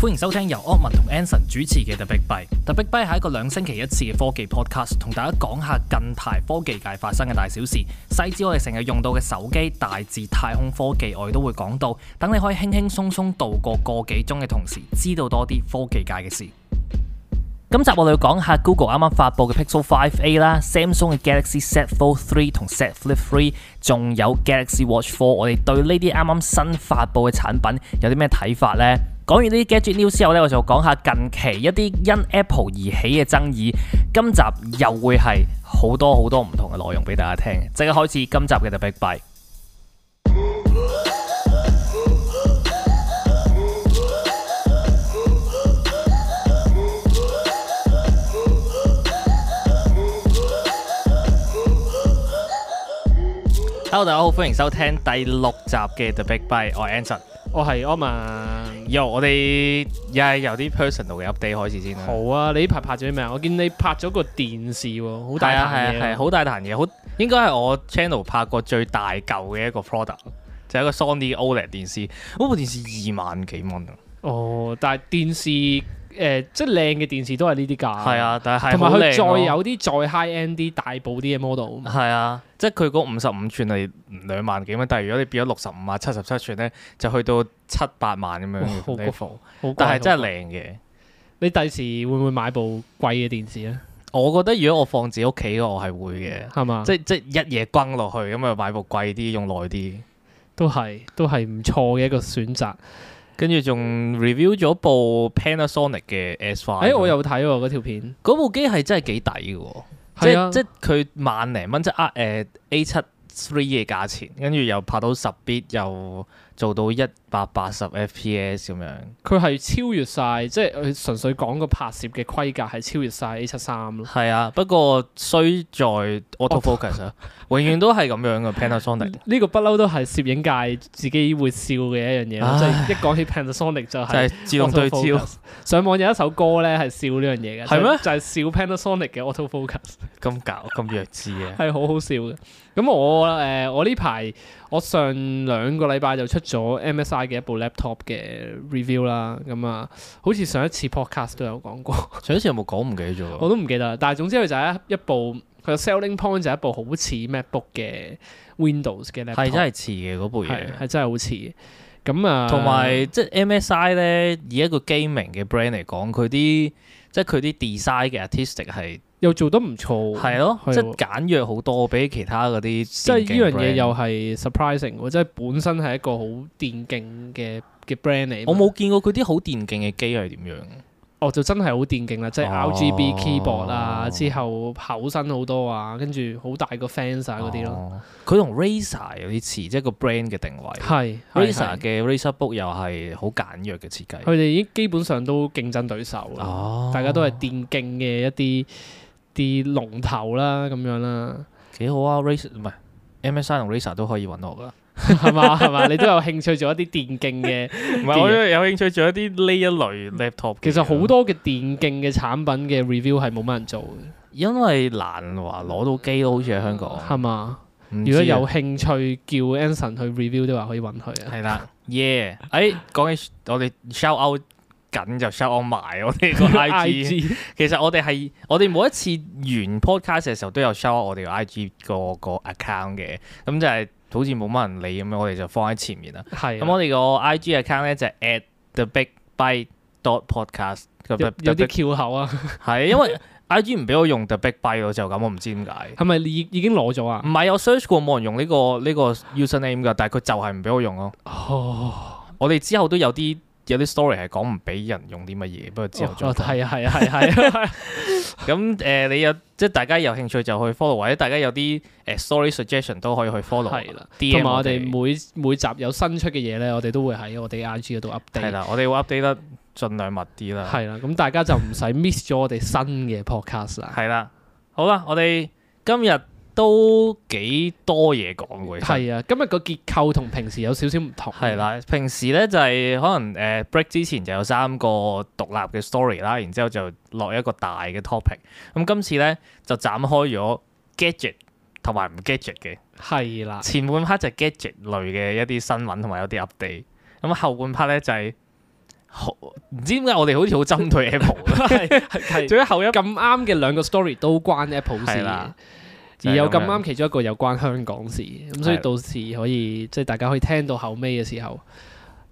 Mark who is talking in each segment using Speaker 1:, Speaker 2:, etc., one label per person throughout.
Speaker 1: 歡迎收聽由柯文同 Anson 主持嘅 The Big Byte。The Big Byte 係一個兩星期一次嘅科技 podcast，同大家講下近排科技界發生嘅大小事，細至我哋成日用到嘅手機，大至太空科技，我哋都會講到，等你可以輕輕鬆鬆度過個幾鐘嘅同時，知道多啲科技界嘅事。今集我哋要講下 Google 啱啱發布嘅 Pixel 5A 啦，Samsung 嘅 Galaxy Z Fold 3同 Z Flip 3，仲有 Galaxy Watch 4。我哋對呢啲啱啱新發布嘅產品有啲咩睇法呢？講完呢啲 gadget news 之後呢，我就講下近期一啲因 Apple 而起嘅爭議。今集又會係好多好多唔同嘅內容俾大家聽。即刻開始今集嘅 The Big Byte。Hello，大家好，歡迎收聽第六集嘅 The Big Byte，我係 Anson。
Speaker 2: 我係柯文。
Speaker 1: 由我哋又係由啲 personal 嘅 update 開始先啦。
Speaker 2: 好啊，你呢排拍咗啲咩啊？我見你拍咗個電視喎，好大
Speaker 1: 係啊係
Speaker 2: 壇
Speaker 1: 啊係啊
Speaker 2: 嘢。
Speaker 1: 好大壇嘢，好應該係我 channel 拍過最大嚿嘅一個 product，就係一個 Sony OLED 電視。嗰部電視二萬幾蚊啊！
Speaker 2: 哦，但係電視誒，即係靚嘅電視都係呢啲價。
Speaker 1: 係，啊，但係
Speaker 2: 同埋
Speaker 1: 好
Speaker 2: 佢
Speaker 1: 靚
Speaker 2: 再
Speaker 1: 咯
Speaker 2: 有啲再 high end 啲大部啲嘅 model。
Speaker 1: 係啊，即係佢嗰五十五寸係兩萬幾蚊，但係如果你變咗六十五啊、七十七寸咧，就去到七八萬咁
Speaker 2: 哇
Speaker 1: 樣
Speaker 2: 好
Speaker 1: 嘅 level
Speaker 2: 好貴
Speaker 1: 嗯但係真係
Speaker 2: 好貴
Speaker 1: 靚嘅。
Speaker 2: 你第時會唔會買部貴嘅電視咧？
Speaker 1: 我覺得如果我放自己屋企嘅，我係會嘅，
Speaker 2: 係嘛？即
Speaker 1: 即即一夜轟落去咁啊，買部貴啲用耐啲。
Speaker 2: 都係都係唔錯嘅一個選擇。
Speaker 1: 跟住仲 review 咗部 Panasonic 嘅 S Five。
Speaker 2: 嗯誒，我有睇喎嗰條片。
Speaker 1: 嗰部機係真係幾抵嘅喎，
Speaker 2: 係啊
Speaker 1: 即即佢萬零蚊即呃誒 A 七 three 嘅價錢，跟住又拍到十 bit，又做到一百八十 FPS 咁樣。
Speaker 2: 佢係超越晒，即係佢純粹講個拍攝嘅規格係超越晒 A 七三咯。
Speaker 1: 係啊，不過衰在 auto focus 啊，永遠都係咁樣嘅 Panasonic。
Speaker 2: 呢個不嬲都係攝影界自己會笑嘅一樣嘢咯，即
Speaker 1: 唉
Speaker 2: 係一講起 Panasonic 就
Speaker 1: 就
Speaker 2: 係
Speaker 1: 係自動對焦，
Speaker 2: autofocus。上網有一首歌咧係笑呢樣嘢嘅，
Speaker 1: 係咩
Speaker 2: 就就係笑 Panasonic 嘅 auto focus
Speaker 1: 咁搞咁弱智啊嘅。
Speaker 2: 係好好笑嘅。咁我誒、呃我呢排我上兩個禮拜就出咗 MSI 嘅一部 laptop 嘅 review 啦，咁啊，好似上一次 podcast 都有講過。
Speaker 1: 上一次有冇講唔記得咗
Speaker 2: 我
Speaker 1: 喎？
Speaker 2: 都唔記得啦。但係總之佢就係一一部佢嘅 selling point 就係一部好似 MacBook 嘅 Windows 嘅 laptop，
Speaker 1: 係真係似嘅嗰部嘢
Speaker 2: 係。係真係好似嘅。咁啊，
Speaker 1: 同埋即係 MSI 咧，以一個 gaming 嘅 brand 嚟講，佢啲即係佢啲 design 嘅 artistic 係
Speaker 2: 又做得唔錯，
Speaker 1: 係咯，
Speaker 2: 係
Speaker 1: 即係
Speaker 2: 喎
Speaker 1: 簡約好多比起其他嗰啲
Speaker 2: 即係
Speaker 1: 電競
Speaker 2: 呢樣嘢
Speaker 1: brand
Speaker 2: 又係 surprising 喎，即係本身係一個好電競嘅嘅 brand 嚟。
Speaker 1: 我冇見過佢啲好電競嘅機係點樣。
Speaker 2: 哦，就真係好電競啦，即係
Speaker 1: 哦
Speaker 2: RGB keyboard 啊，之後厚身好多啊，跟住好大個 fans 啊嗰啲咯，
Speaker 1: 哦佢同 Razer 有啲似，即係個 brand 嘅定位。
Speaker 2: 係
Speaker 1: Razer
Speaker 2: 係係
Speaker 1: 嘅 Razer Book 又係好簡約嘅設計。
Speaker 2: 佢哋已經基本上都競爭對手啦。
Speaker 1: 哦，
Speaker 2: 大家都係電競嘅一啲啲龍頭啦，咁樣啦，
Speaker 1: 幾好啊！Razer 唔係 MSI 同 Razer 都可以揾我噶。
Speaker 2: 係嘛係嘛？你都有興趣做一啲電競嘅，
Speaker 1: 唔
Speaker 2: 係我
Speaker 1: 有興趣做一啲呢一類 laptop。
Speaker 2: 其實好多嘅電競嘅產品嘅 review 係冇乜人做嘅，
Speaker 1: 因為難話攞到機咯，好似喺香港。
Speaker 2: 係嘛？
Speaker 1: 哦唔知
Speaker 2: 如果
Speaker 1: 啊
Speaker 2: 有興趣叫 Anson 去 review 都話可以揾佢啊。
Speaker 1: 係啦，yeah，誒講起我哋 shout out 緊就 shout out 埋我哋 個 IG。
Speaker 2: IG
Speaker 1: 其實我哋係我哋每一次完 podcast 嘅時候都有 shout out 我哋個 IG 個個 account 嘅，咁就係好似冇乜人理咁樣，我哋就放喺前面啦。
Speaker 2: 係啊
Speaker 1: 咁
Speaker 2: 咁我
Speaker 1: 我哋個 IG account 咧就係 at the big byte dot podcast。個
Speaker 2: 有
Speaker 1: the-
Speaker 2: 有
Speaker 1: the
Speaker 2: 啲
Speaker 1: big-
Speaker 2: 翹口啊，
Speaker 1: 係因為 IG 唔俾我用 the big byte 我就咁，我唔知點解。
Speaker 2: 係咪已已經攞咗啊
Speaker 1: 唔？係我 search 過冇人用呢、個呢、個 username 㗎，但係佢就係唔俾我用咯。
Speaker 2: 哦，
Speaker 1: 我哋之後都有啲有啲 story 係講唔俾人用啲乜嘢，不過之後再
Speaker 2: 哦
Speaker 1: 講。
Speaker 2: 係啊係啊 係啊係啊，
Speaker 1: 咁誒、你有即係大家有興趣就去 follow，或者大家有啲誒、story 呃 suggestion 都可以去 follow。啊
Speaker 2: 係啦。
Speaker 1: DM
Speaker 2: 同埋我哋每每集有新出嘅嘢咧，我哋都會喺我哋 IG 嗰度 update
Speaker 1: 係。啦，我哋會 update 得盡量密啲啦。
Speaker 2: 係啦，咁大家就唔使 miss 咗我哋新嘅 podcast 啦。
Speaker 1: 係啦，好啦，我哋今日都幾多嘢講喎。其實
Speaker 2: 係嗯啊，今日個結構同平時有少少唔同。
Speaker 1: 係，啦，平時咧就係、可能誒、break 呃之前就有三個獨立嘅 story 啦，然之後就落一個大嘅 topic。咁今次咧就斬開咗 gadget 同埋唔 gadget 嘅，
Speaker 2: 係啦，
Speaker 1: 啊前半 part 就係 gadget 類嘅一啲新聞同埋有啲 update。咁後半 part 咧就係、好唔知點解我哋好似好針 對 Apple，係
Speaker 2: 最後一咁啱嘅兩個 story 都關 Apple 事
Speaker 1: 係啦
Speaker 2: 嘅，
Speaker 1: 就
Speaker 2: 而
Speaker 1: 係
Speaker 2: 有
Speaker 1: 咁樣
Speaker 2: 咁啱其中一個有關香港事，咁所以
Speaker 1: 係
Speaker 2: 到時可以即係大家可以聽到後尾嘅時候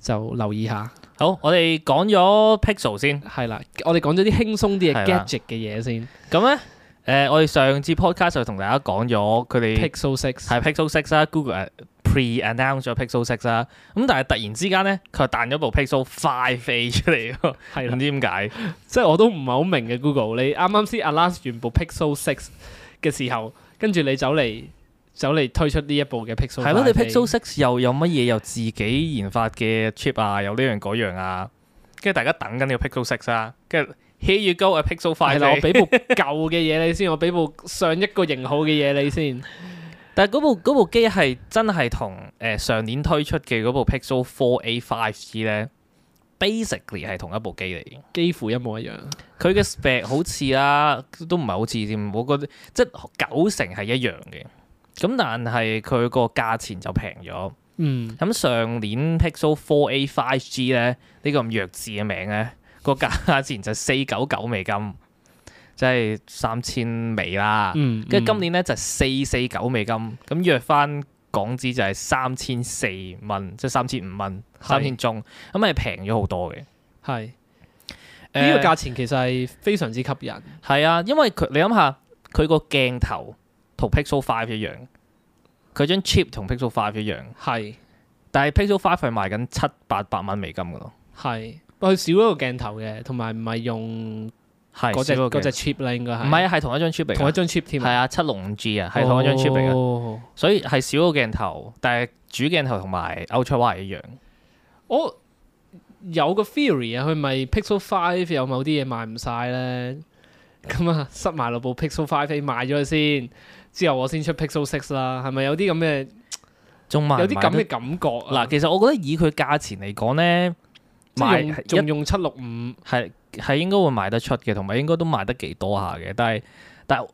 Speaker 2: 就留意下，
Speaker 1: 好，我哋講咗 Pixel 先。
Speaker 2: 係啦，我哋講咗啲輕鬆啲嘅
Speaker 1: 係啦
Speaker 2: gadget 嘅嘢先
Speaker 1: 咁咧，誒、我哋上次 podcast 就同大家講咗佢哋
Speaker 2: ，Pixel Six
Speaker 1: 係 Pixel Six 啦，Google 誒 pre announce 咗 Pixel Six 啦，咁但係突然之間咧，佢又彈咗部 Pixel Five A 出嚟喎，
Speaker 2: 係
Speaker 1: 唔
Speaker 2: 啦，
Speaker 1: 知點解。
Speaker 2: 即係我都唔係好明嘅 Google，你啱啱先 announce 完部 Pixel Six 嘅時候，跟住你走嚟走嚟推出呢一部嘅 Pixel，
Speaker 1: 係咯，你
Speaker 2: Five A
Speaker 1: Pixel Six 又有乜嘢？又自己研發嘅 chip 啊，有呢樣嗰樣啊，跟住大家等緊呢個 Pixel Six 啊，跟住 Here you go a Pixel
Speaker 2: 係啦，我
Speaker 1: Five
Speaker 2: 俾部舊嘅嘢你先，我俾部上一個型號嘅嘢你先。
Speaker 1: 但係嗰部嗰部機係真係同誒上年推出嘅嗰部 Pixel Four A Five G 咧，basically 係同一部機嚟嘅。
Speaker 2: 幾乎一模一樣，
Speaker 1: 佢 嘅 spec 好似啦，都唔係好似添。我覺得即係九成係一樣嘅，咁但係佢個價錢就平咗。
Speaker 2: 嗯，
Speaker 1: 咁上年 Pixel 4A 5G 咧，呢個咁弱智嘅名咧，個價錢就四九九美金，即係三千美啦。
Speaker 2: 嗯，
Speaker 1: 啊跟住今年咧就四四九美金，咁約翻港紙就係三千四蚊，即係三千五蚊，
Speaker 2: 係
Speaker 1: 三千中，咁係平咗好多嘅。
Speaker 2: 係呢
Speaker 1: 誒
Speaker 2: 個價錢其實係非常之吸引，
Speaker 1: 係啊，因為佢你諗下，佢個鏡頭同 Pixel Five 一樣，佢張 chip 同 Pixel Five 一樣，
Speaker 2: 係
Speaker 1: 但係 Pixel Five 係賣緊七八百蚊美金噶咯，
Speaker 2: 係，不過佢少咗個鏡頭嘅，同埋唔係用
Speaker 1: 係
Speaker 2: 嗰隻
Speaker 1: 少咗個
Speaker 2: 嗰隻
Speaker 1: 鏡
Speaker 2: chip 啦，應該
Speaker 1: 頭
Speaker 2: 係
Speaker 1: 唔係啊，係同一張 chip 嚟㗎，
Speaker 2: 同一張 chip 添，哦
Speaker 1: 係啊，七六五 G 啊，係同一張 chip 嚟嘅，
Speaker 2: 嘅。
Speaker 1: 所以係少個鏡頭，但係主鏡頭同埋 Ultra Wide 一樣，
Speaker 2: 我有個 theory 啊，佢咪 Pixel Five 有某啲嘢賣唔晒咧， 咁啊塞埋落部 Pixel Five A 賣咗佢先，之後我先出 Pixel Six 啦，係咪有啲咁嘅
Speaker 1: 仲賣
Speaker 2: 有
Speaker 1: 唔
Speaker 2: 啲
Speaker 1: 賣
Speaker 2: 咁
Speaker 1: 得
Speaker 2: 嘅感覺啊
Speaker 1: 嗱，？其實我覺得以佢價錢嚟講咧，
Speaker 2: 即係用
Speaker 1: 賣
Speaker 2: 仲用七六五，
Speaker 1: 係係應該會賣得出嘅，同埋應該都賣得幾多下嘅，但係但係。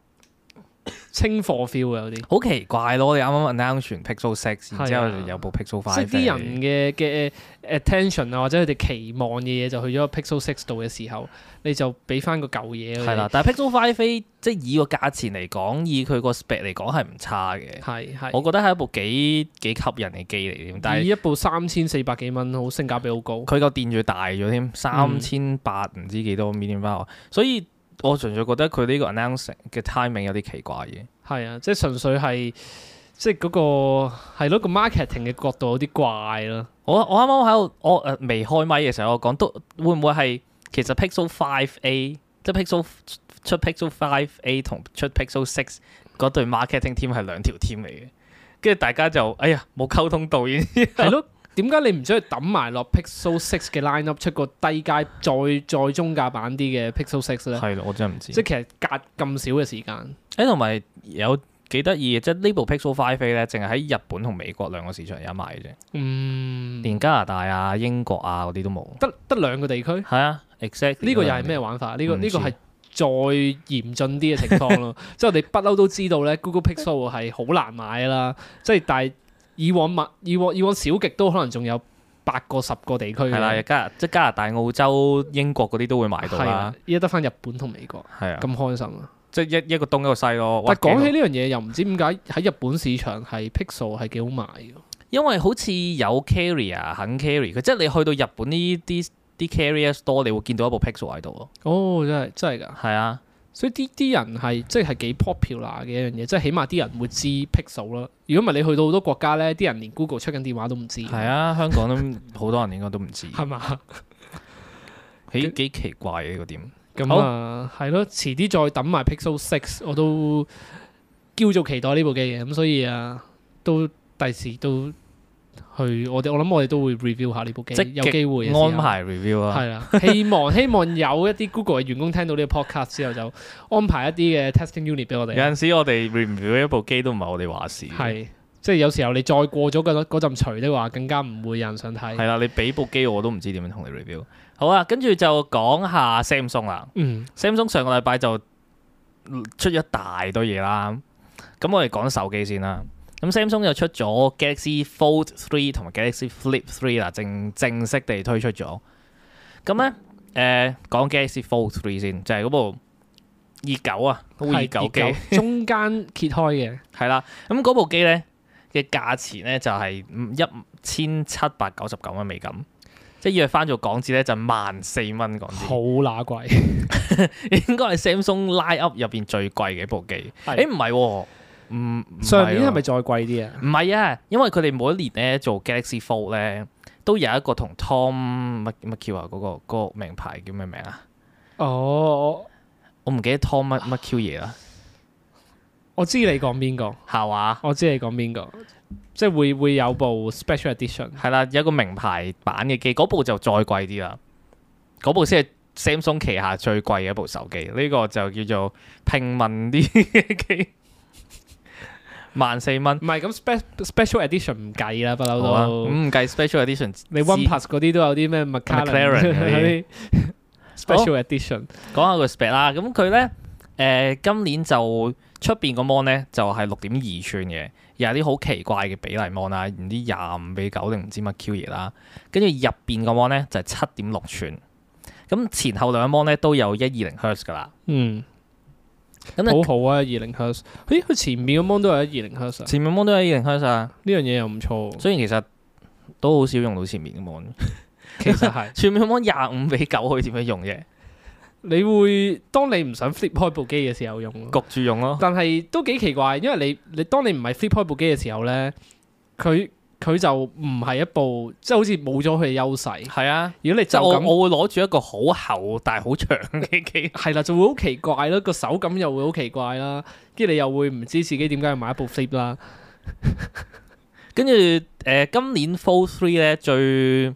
Speaker 2: 清貨 feel 啊有啲。
Speaker 1: 好奇怪咯！你啱啱 announce 完 Pixel Six，然之後
Speaker 2: 係啊
Speaker 1: 就有部 Pixel
Speaker 2: 即
Speaker 1: Five，
Speaker 2: 係啲人嘅嘅 attention 啊，或者佢哋期望嘅嘢就去咗 Pixel Six 度嘅時候，你就俾翻個舊嘢佢哋
Speaker 1: 係啦，，但係 Pixel Five 非即係以個價錢嚟講，以佢個 spec 嚟講係唔差嘅。
Speaker 2: 係
Speaker 1: 我
Speaker 2: 係。
Speaker 1: 覺得係一部幾幾吸引嘅機嚟添，但
Speaker 2: 以
Speaker 1: 係
Speaker 2: 一部三千四百幾蚊，好性價比好高。
Speaker 1: 佢個電最大咗
Speaker 2: 嗯
Speaker 1: 添，三千八唔知幾多 million power，所以我純粹覺得佢呢個 announce 嘅 timing 有啲奇怪嘅。
Speaker 2: 係啊，即係純粹係即係嗰、個係咯，個 marketing 嘅角度有啲怪咯。
Speaker 1: 我我啱啱喺度，我誒、呃未開咪嘅時候，我講都會唔會係其實 Pixel Five A 即係 Pixel 出 Pixel Five A 同出 Pixel Six 嗰對 marketing team 係兩條 team 嚟嘅，跟住大家就哎呀冇溝通到已 經
Speaker 2: 係咯，點解你唔將佢抌埋落 Pixel Six 嘅 line up 出個低階再再中價版啲嘅 Pixel Six 咧？
Speaker 1: 係咯，我真係唔知
Speaker 2: 即
Speaker 1: 即
Speaker 2: 係其實隔咁少嘅時間，
Speaker 1: 誒同埋有幾得意嘅，即係呢部 Pixel Five A 咧，淨係喺日本同美國兩個市場有得賣嘅啫，
Speaker 2: 嗯，
Speaker 1: 連加拿大啊、英國啊嗰啲都冇。
Speaker 2: 得得兩個地區。
Speaker 1: 係啊，exact
Speaker 2: 呢個又係咩玩法？呢、個
Speaker 1: 唔
Speaker 2: 呢
Speaker 1: 知
Speaker 2: 個係再嚴峻啲嘅情況 咯。即係我哋不嬲都知道咧，Google Pixel 係好難買啦。即係但係以往物以往以往小極都可能仲有八個十個地區嘅
Speaker 1: 係啦，加拿即係加拿大、澳洲、英國嗰啲都會買到
Speaker 2: 係
Speaker 1: 啦
Speaker 2: 啦，，依家得翻日本同美國
Speaker 1: 係啊。
Speaker 2: 咁開心啊！
Speaker 1: 即係一一個東一個西咯。
Speaker 2: 但係講起
Speaker 1: 呢，
Speaker 2: 呢樣嘢，又唔知點解喺日本市場係 Pixel 係幾好賣嘅。
Speaker 1: 因為好似有 carrier 啊肯 carry 佢，即係你去到日本呢啲啲 carrier store，你會見到一部 Pixel 喺度咯。
Speaker 2: 哦，真係真係㗎！
Speaker 1: 係啊，
Speaker 2: 所以啲啲人係即係幾 popular 嘅一樣嘢，即係起碼啲人會知 Pixel 啦。如果唔係你去到好多國家咧，啲人連 Google 出緊電話都唔知。
Speaker 1: 係啊，香港都好多人應該都唔知，
Speaker 2: 係嘛？
Speaker 1: 幾幾奇怪嘅呢個點。
Speaker 2: 咁
Speaker 1: 好
Speaker 2: 啊，係咯，遲啲再抌埋 Pixel Six，我都叫做期待呢部機嘅，咁所以啊，都第時都去我哋，我諗我哋都會 review 下呢部機，
Speaker 1: 積極
Speaker 2: 有機會嘅時候
Speaker 1: 安排 review 啊，
Speaker 2: 係啦，希望 希望有一啲 Google 嘅員工聽到呢個 podcast 之後，就安排一啲嘅 testing unit 俾我
Speaker 1: 有
Speaker 2: 哋，
Speaker 1: 陣時我哋 review 一部機都唔係我哋話事。
Speaker 2: 係即係有時候你再過咗嗰嗰陣除的話，更加唔會有人想睇。
Speaker 1: 係啦，你俾部機我都唔知點樣同你 review。好啊，跟住就講下 Samsung 啦。
Speaker 2: 嗯，
Speaker 1: Samsung 上個禮拜就出咗一大堆嘢啦，咁我哋講手機先啦。咁 Samsung 又出咗 Galaxy Fold Three 同埋 Galaxy Flip Three 啦，正正式地推出咗。咁咧誒講 Galaxy Fold Three 先，就係嗰部二九啊，嗰部二九機。
Speaker 2: 熱狗中間揭 開嘅，
Speaker 1: 係啦，咁嗰部機咧嘅價錢咧就係嗯一千七百九十九蚊美金，即係約翻做港紙咧就萬四蚊港
Speaker 2: 好
Speaker 1: 紙，
Speaker 2: 乸貴。
Speaker 1: 應該係 Samsung Line Up 入邊最貴嘅一部機。
Speaker 2: 係
Speaker 1: 誒唔係喎，唔唔
Speaker 2: 上年
Speaker 1: 喎
Speaker 2: 係咪再貴啲啊？
Speaker 1: 唔係啊，因為佢哋每一年咧做 Galaxy Fold 咧，都有一個同 Tom 乜乜 Q 啊嗰、個嗰個名牌叫咩名啊？
Speaker 2: 哦，我
Speaker 1: 我唔記得 Tom 乜乜 Q 嘢啦，
Speaker 2: 我知你講邊個，
Speaker 1: 係嘛？
Speaker 2: 我知你講邊個，即係會會有部 special edition。
Speaker 1: 係啦，有一個名牌版嘅機，嗰部就再貴啲啦。嗰部先係 Samsung 旗下最貴嘅一部手機，呢、個就叫做平民啲嘅機，萬四蚊。
Speaker 2: 唔係咁 spe special edition 唔計啦，不嬲
Speaker 1: 好啊，
Speaker 2: 都。
Speaker 1: 咁唔計 Special Edition，
Speaker 2: 你 One Plus 嗰啲都有啲咩 McLaren
Speaker 1: McLaren 嗰
Speaker 2: 嗰
Speaker 1: 啲
Speaker 2: 啲 special edition，
Speaker 1: 講下個 spec 啦，咁佢咧誒今年就出邊個 mon 咧就係六點二寸嘅，又係啲好奇怪嘅比例 mon 啦，唔知廿五比九定唔知乜 Q 嘢啦，跟住入邊個 mon 咧就係七點六寸，咁前後兩個 mon 咧都有一二零 Hz 噶啦，
Speaker 2: 嗯，
Speaker 1: 咁
Speaker 2: 好
Speaker 1: 你
Speaker 2: 好啊，二零 hertz，咦，佢前面個 mon 都有一二零 hertz，啊
Speaker 1: 前面 mon 都有一二零 Hz 啊，
Speaker 2: 呢樣嘢又唔錯，
Speaker 1: 雖然其實都好少用到前面嘅 mon，
Speaker 2: 其實係
Speaker 1: 前面 mon 廿五比九可以點樣用啫？
Speaker 2: 你會當你唔想 flip 開部機嘅時候用咯，
Speaker 1: 焗住用咯，
Speaker 2: 但係都幾奇怪，因為你你當你唔係 flip 開部機嘅時候咧，佢佢就唔係一部即係好似冇咗佢嘅優勢。
Speaker 1: 係啊，
Speaker 2: 如果你
Speaker 1: 即
Speaker 2: 就
Speaker 1: 係我
Speaker 2: 咁
Speaker 1: 我會攞住一個好厚但係好長嘅機。
Speaker 2: 係啦，就會好奇怪咯，個手感又會好奇怪啦，跟住你又會唔知自己點解要買一部 flip 啦。
Speaker 1: 跟住誒、呃今年 Fold Three 咧最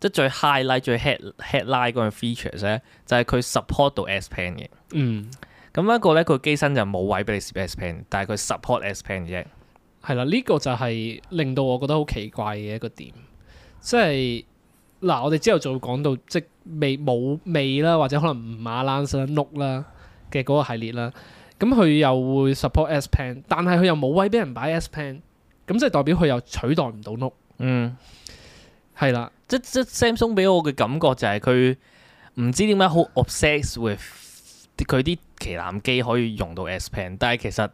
Speaker 1: 即係最 highlight 最 head headline 嗰個 features 咧，就係佢 support 到 S Pen 嘅。
Speaker 2: 嗯，
Speaker 1: 咁一個咧，佢機身就冇位俾你攝 S Pen，但係佢 support S Pen 嘅啫。
Speaker 2: 係啦，呢、個就係令到我覺得好奇怪嘅一個點，即係嗱，我哋之後就會講到即係未冇未啦，或者可能唔馬 lens 啦、note 啦嘅嗰個系列啦，咁佢又會 support S Pen，但係佢又冇位俾人擺 S Pen，咁即係代表佢又取代唔到 note，
Speaker 1: 嗯，
Speaker 2: 係啦，
Speaker 1: 即即 Samsung 俾我嘅感覺就係佢唔知點解好 obsess with 佢啲旗艦機可以用到 S Pen，但係其實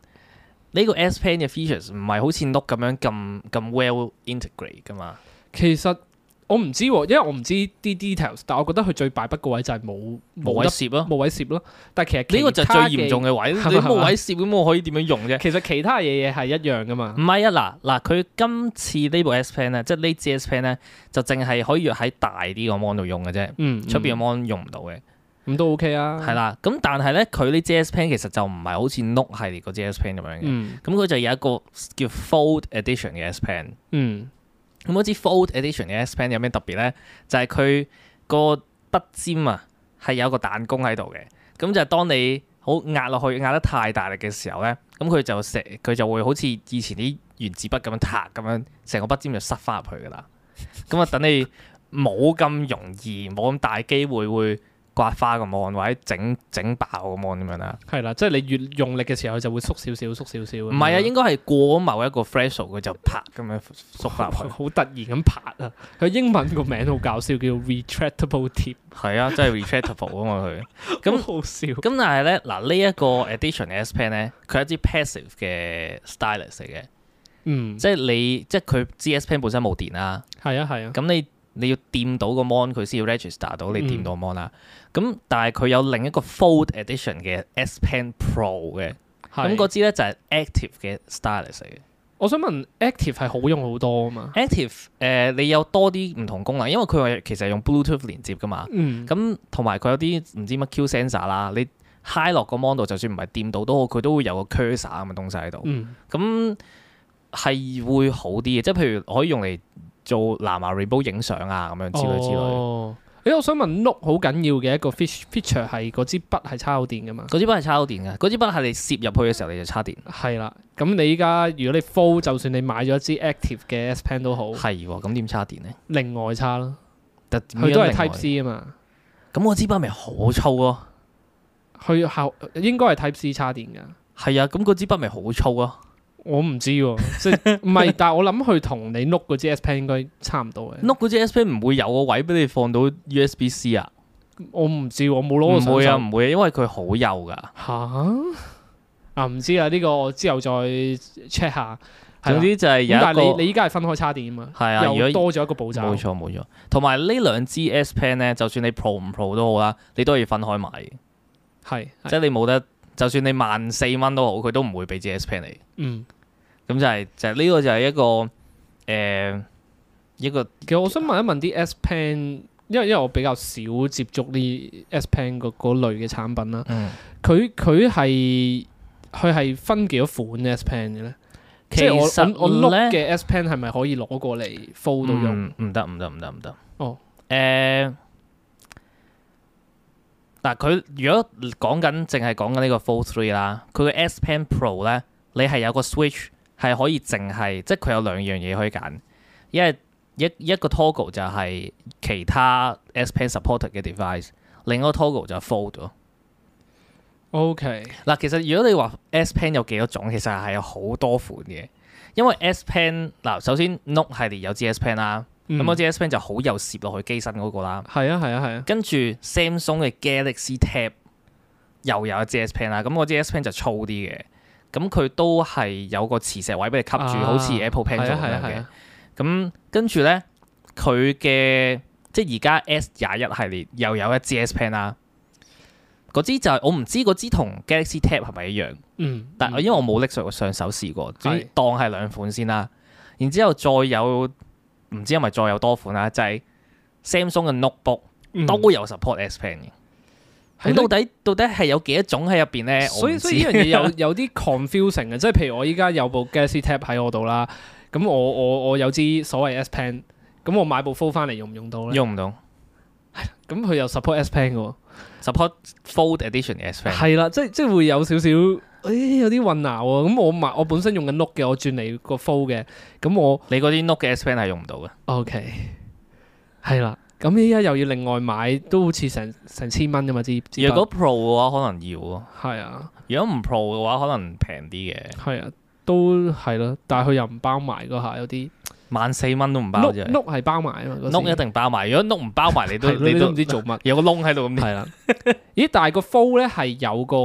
Speaker 1: 呢個 S Pen 嘅 features 唔係好似 Note 咁樣咁咁 well integrate 噶嘛。
Speaker 2: 其實。我唔知喎，因為我唔知啲 details，但我覺得佢最敗筆個位就係冇
Speaker 1: 冇
Speaker 2: 冇
Speaker 1: 位
Speaker 2: 得
Speaker 1: 攝咯，
Speaker 2: 冇位攝咯。但係其實
Speaker 1: 呢個就係最
Speaker 2: 其他嘅
Speaker 1: 嚴重。嘅位。
Speaker 2: 係嘛
Speaker 1: 你冇位攝，咁我可以點樣用啫？
Speaker 2: 其實其他嘢嘢係一樣噶嘛
Speaker 1: 唔。係啊，嗱嗱，佢今次呢部 S Pen 咧，即係呢支 S Pen 咧，就淨係可以喺大啲個 mon 度用嘅啫，
Speaker 2: 嗯，
Speaker 1: 出邊個 mon 用唔到嘅，
Speaker 2: 咁都 OK 啊。
Speaker 1: 係，啦。咁但係咧，佢呢支 S Pen 其實就唔係好似 Note 系列嗰支 S Pen 咁樣嘅，
Speaker 2: 嗯
Speaker 1: 咁佢就有一個叫 Fold Edition 嘅 S Pen。
Speaker 2: 嗯
Speaker 1: 咁嗰支 Fold Edition 嘅 S Pen 有咩特別咧？就係佢個筆尖啊，係有個彈弓喺度嘅。咁就係當你好壓落去，壓得太大力嘅時候咧，咁佢就成佢就會好似以前啲原子筆咁樣塌咁樣，成個筆尖就塞翻入去噶啦。咁啊，等你冇咁容易，冇咁大機會會刮花個 mon 或者整整爆個 mon 咁樣啦。
Speaker 2: 係啦，即係你越用力嘅時候就會縮少少，縮少少咁樣。
Speaker 1: 唔係啊，應該係過咗某一個 threshold 佢就啪咁樣縮翻入去。
Speaker 2: 好突然咁拍啊！佢英文個名好搞笑，叫 retractable tip，
Speaker 1: 係啊，真係 retractable 啊嘛佢。咁
Speaker 2: 咁好笑。
Speaker 1: 咁但係咧，嗱呢一個 Edition 嘅 S Pen 咧，佢係一支 passive 嘅 stylus 嚟嘅，
Speaker 2: 嗯，
Speaker 1: 即係你即係佢支 S Pen 本身冇電啦，
Speaker 2: 係啊係啊，
Speaker 1: 咁你你要掂到個 mon 佢先要 register 到你掂到個 mon 啦。咁、但係佢有另一個 Fold Edition 嘅 S Pen Pro 嘅，咁
Speaker 2: 係
Speaker 1: 嗰支咧就係 active 嘅 stylus 嚟嘅。
Speaker 2: 我想問 active 係好用好多啊嘛。
Speaker 1: active 誒、你有多啲唔同功能，因為佢係其實係用 Bluetooth 連接噶嘛。
Speaker 2: 嗯，
Speaker 1: 咁同埋佢有啲唔知乜 Q sensor 啦，你 high 落個 mon 度，就算唔係掂到都好，佢都會有個 cursor 咁嘅東西喺度。
Speaker 2: 嗯
Speaker 1: 咁係會好啲嘅，即係譬如可以用嚟做藍牙 Rebo 影相啊咁樣之類之類。
Speaker 2: 哦，誒，我想問 note 好緊要嘅一個 feature feature 係嗰支筆係插口電噶嘛？
Speaker 1: 嗰支筆係插到電嘅，嗰支筆係你攝入去嘅時候你就插電。
Speaker 2: 係啦，咁你依家如果你 full，就算你買咗一支 active 嘅 S Pen 都好，
Speaker 1: 係喎，咁點插電咧？
Speaker 2: 另外差啦，
Speaker 1: 但
Speaker 2: 佢都係 Type。
Speaker 1: 點樣另外
Speaker 2: C 啊嘛，
Speaker 1: 咁我支筆咪好粗咯。
Speaker 2: 佢後應該係 Type C 插電㗎。
Speaker 1: 係啊，咁嗰支筆咪好粗咯。
Speaker 2: 我唔知喎，即 係唔係？但係我諗佢同你 Note 嗰支 S Pen 應該差唔多嘅。
Speaker 1: 碌嗰支 S P 唔會有個位俾你放到 USB C 啊？
Speaker 2: 我唔知喎，我冇攞過
Speaker 1: 唔
Speaker 2: 上手。
Speaker 1: 會啊，唔會啊，因為佢好幼噶。
Speaker 2: 嚇啊！唔知啊，呢個我之後再 check 下。係
Speaker 1: 總
Speaker 2: 啦
Speaker 1: 之就係有
Speaker 2: 啊咁但係
Speaker 1: 一
Speaker 2: 你
Speaker 1: 個
Speaker 2: 你依家係分開叉電啊嘛，
Speaker 1: 係啊如
Speaker 2: 又
Speaker 1: 果
Speaker 2: 多咗一個步驟。
Speaker 1: 冇錯冇錯，同埋呢兩支 S Pen 咧，就算你 Pro 唔 Pro 都好啦，你都係要分開買嘅，
Speaker 2: 係，係
Speaker 1: 即係你冇得，就算你萬四蚊都好，佢都唔會俾支 S Pen 你。
Speaker 2: 嗯。
Speaker 1: 咁就係、就係、呢個就係一個誒、呃一個
Speaker 2: 其實我想問一問啲 S Pen，因為因為我比較少接觸呢 S Pen 嗰嗰類嘅產品啦。
Speaker 1: 嗯，
Speaker 2: 佢佢係佢係分幾多款 S Pen 嘅咧？即係我我我
Speaker 1: 呢嗯
Speaker 2: look 嘅 S Pen 係咪可以攞過嚟 fold 到用？
Speaker 1: 唔唔得唔得唔得唔得。
Speaker 2: 哦。
Speaker 1: 誒，嗱，佢如果講緊淨係講緊呢個 Fold Three 啦，佢嘅 S Pen Pro 咧，你係有個 switch 係可以淨係，即係佢有兩樣嘢可以揀，一係一一個 toggle 就係其他 S Pen supported 嘅 device，另一個 toggle 就係 Fold 咯。
Speaker 2: O K，
Speaker 1: 嗱，其實如果你話 S Pen 有幾多種，其實係有好多款嘅，因為 S Pen 嗱，首先 Note 系列有支 S Pen 啦。咁我
Speaker 2: 知
Speaker 1: 支 S Pen 就好有攝落去機身嗰個啦。
Speaker 2: 嗯係啊係啊係啊，
Speaker 1: 跟住 Samsung 嘅 Galaxy Tab 又有一支 S Pen 啦。咁我支 S Pen 就粗啲嘅，咁佢都係有個磁石位俾你吸住，
Speaker 2: 啊
Speaker 1: 好似 Apple
Speaker 2: 係
Speaker 1: Pencil
Speaker 2: 啊係
Speaker 1: 咁樣
Speaker 2: 啊係
Speaker 1: 嘅。
Speaker 2: 啊，
Speaker 1: 咁跟住咧，佢嘅即係而家 S 廿一系列又有一支 S Pen 啦。嗰支就係我唔知嗰支同 Galaxy Tab 係咪一樣，
Speaker 2: 嗯，
Speaker 1: 但
Speaker 2: 嗯
Speaker 1: 因為我冇拎上上手試過，只
Speaker 2: 係
Speaker 1: 當係兩款先啦。然之後再有唔知係咪再有多款啊啦，就係、Samsung 嘅 notebook
Speaker 2: 嗯
Speaker 1: 都有 support S Pen 嘅。
Speaker 2: 係
Speaker 1: 咁
Speaker 2: 咯
Speaker 1: 到底到底係有幾多種喺入邊 咧？
Speaker 2: 所以
Speaker 1: 我唔知
Speaker 2: 所以呢樣嘢 有 有啲 confusing 嘅，即係譬如我依家有部 Galaxy Tab 喺我度啦，咁我我我有支所謂 S Pen，咁我買部 Fold 翻嚟用唔用到咧？
Speaker 1: 用唔到
Speaker 2: 咁佢又 support S Pen 嘅喎，
Speaker 1: support Fold Edition 嘅 S Pen。
Speaker 2: 係啦，即係即係會有少少，誒、有啲混淆喎。咁我買我本身用緊 Note 嘅，我轉嚟個 Fold 嘅，咁我
Speaker 1: 你嗰啲 Note 嘅 S Pen 係用唔到嘅。
Speaker 2: OK 係啦。咁依家又要另外買，都好似成成千蚊㗎嘛支支筆。
Speaker 1: 如果 Pro 嘅話，可能要咯；
Speaker 2: 係啊
Speaker 1: 如果唔 Pro 嘅話，可能平啲嘅，
Speaker 2: 係啊，都係咯，但係佢又唔包埋嗰下有啲。
Speaker 1: 萬四蚊都唔包
Speaker 2: Note
Speaker 1: 啫。
Speaker 2: Note 係包埋啊嘛，嗰時
Speaker 1: Note 一定包埋，如果 Note 唔包埋，你都
Speaker 2: 係咯
Speaker 1: 你
Speaker 2: 你
Speaker 1: 都
Speaker 2: 都唔知做 乜。
Speaker 1: 有個窿喺度咁。
Speaker 2: 係啦，咦？但係個 fold 咧係有個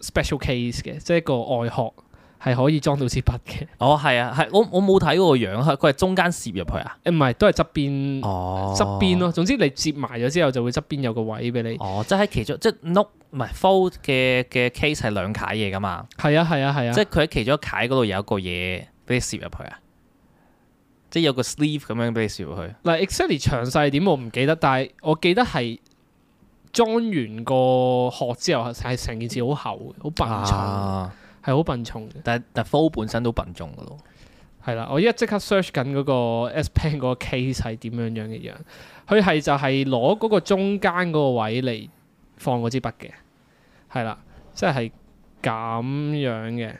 Speaker 2: special case 嘅，即係一個外殼係可以裝到支筆嘅。
Speaker 1: 哦，係啊，係我我冇睇過個樣，佢佢係中間攝入去啊。
Speaker 2: 誒唔係，都係側邊
Speaker 1: 哦
Speaker 2: 側邊。咯。總之你接埋咗之後，就會側邊有個位俾你。
Speaker 1: 哦，即係喺其中，即係 Note 唔係 Fold 嘅嘅 case 係兩楷嘢噶嘛，
Speaker 2: 係啊係啊係啊，
Speaker 1: 即係佢喺其中一楷嗰度有一個嘢俾你攝入去啊，即係有個 sleeve 咁樣俾你攝入去。
Speaker 2: 嗱 exactly 詳細係點我唔記得，但係我記得係裝完個殼之後係成件事好厚嘅，好笨重，
Speaker 1: 啊，
Speaker 2: 係好笨重嘅。
Speaker 1: 但但 Fold 本身都笨重噶咯。
Speaker 2: 係啦，我依家即刻 search 緊嗰個 S Pen 嗰個 case 係點樣樣嘅樣，佢係就係攞嗰個中間嗰個位嚟放嗰支筆嘅，係啦，即係咁樣嘅，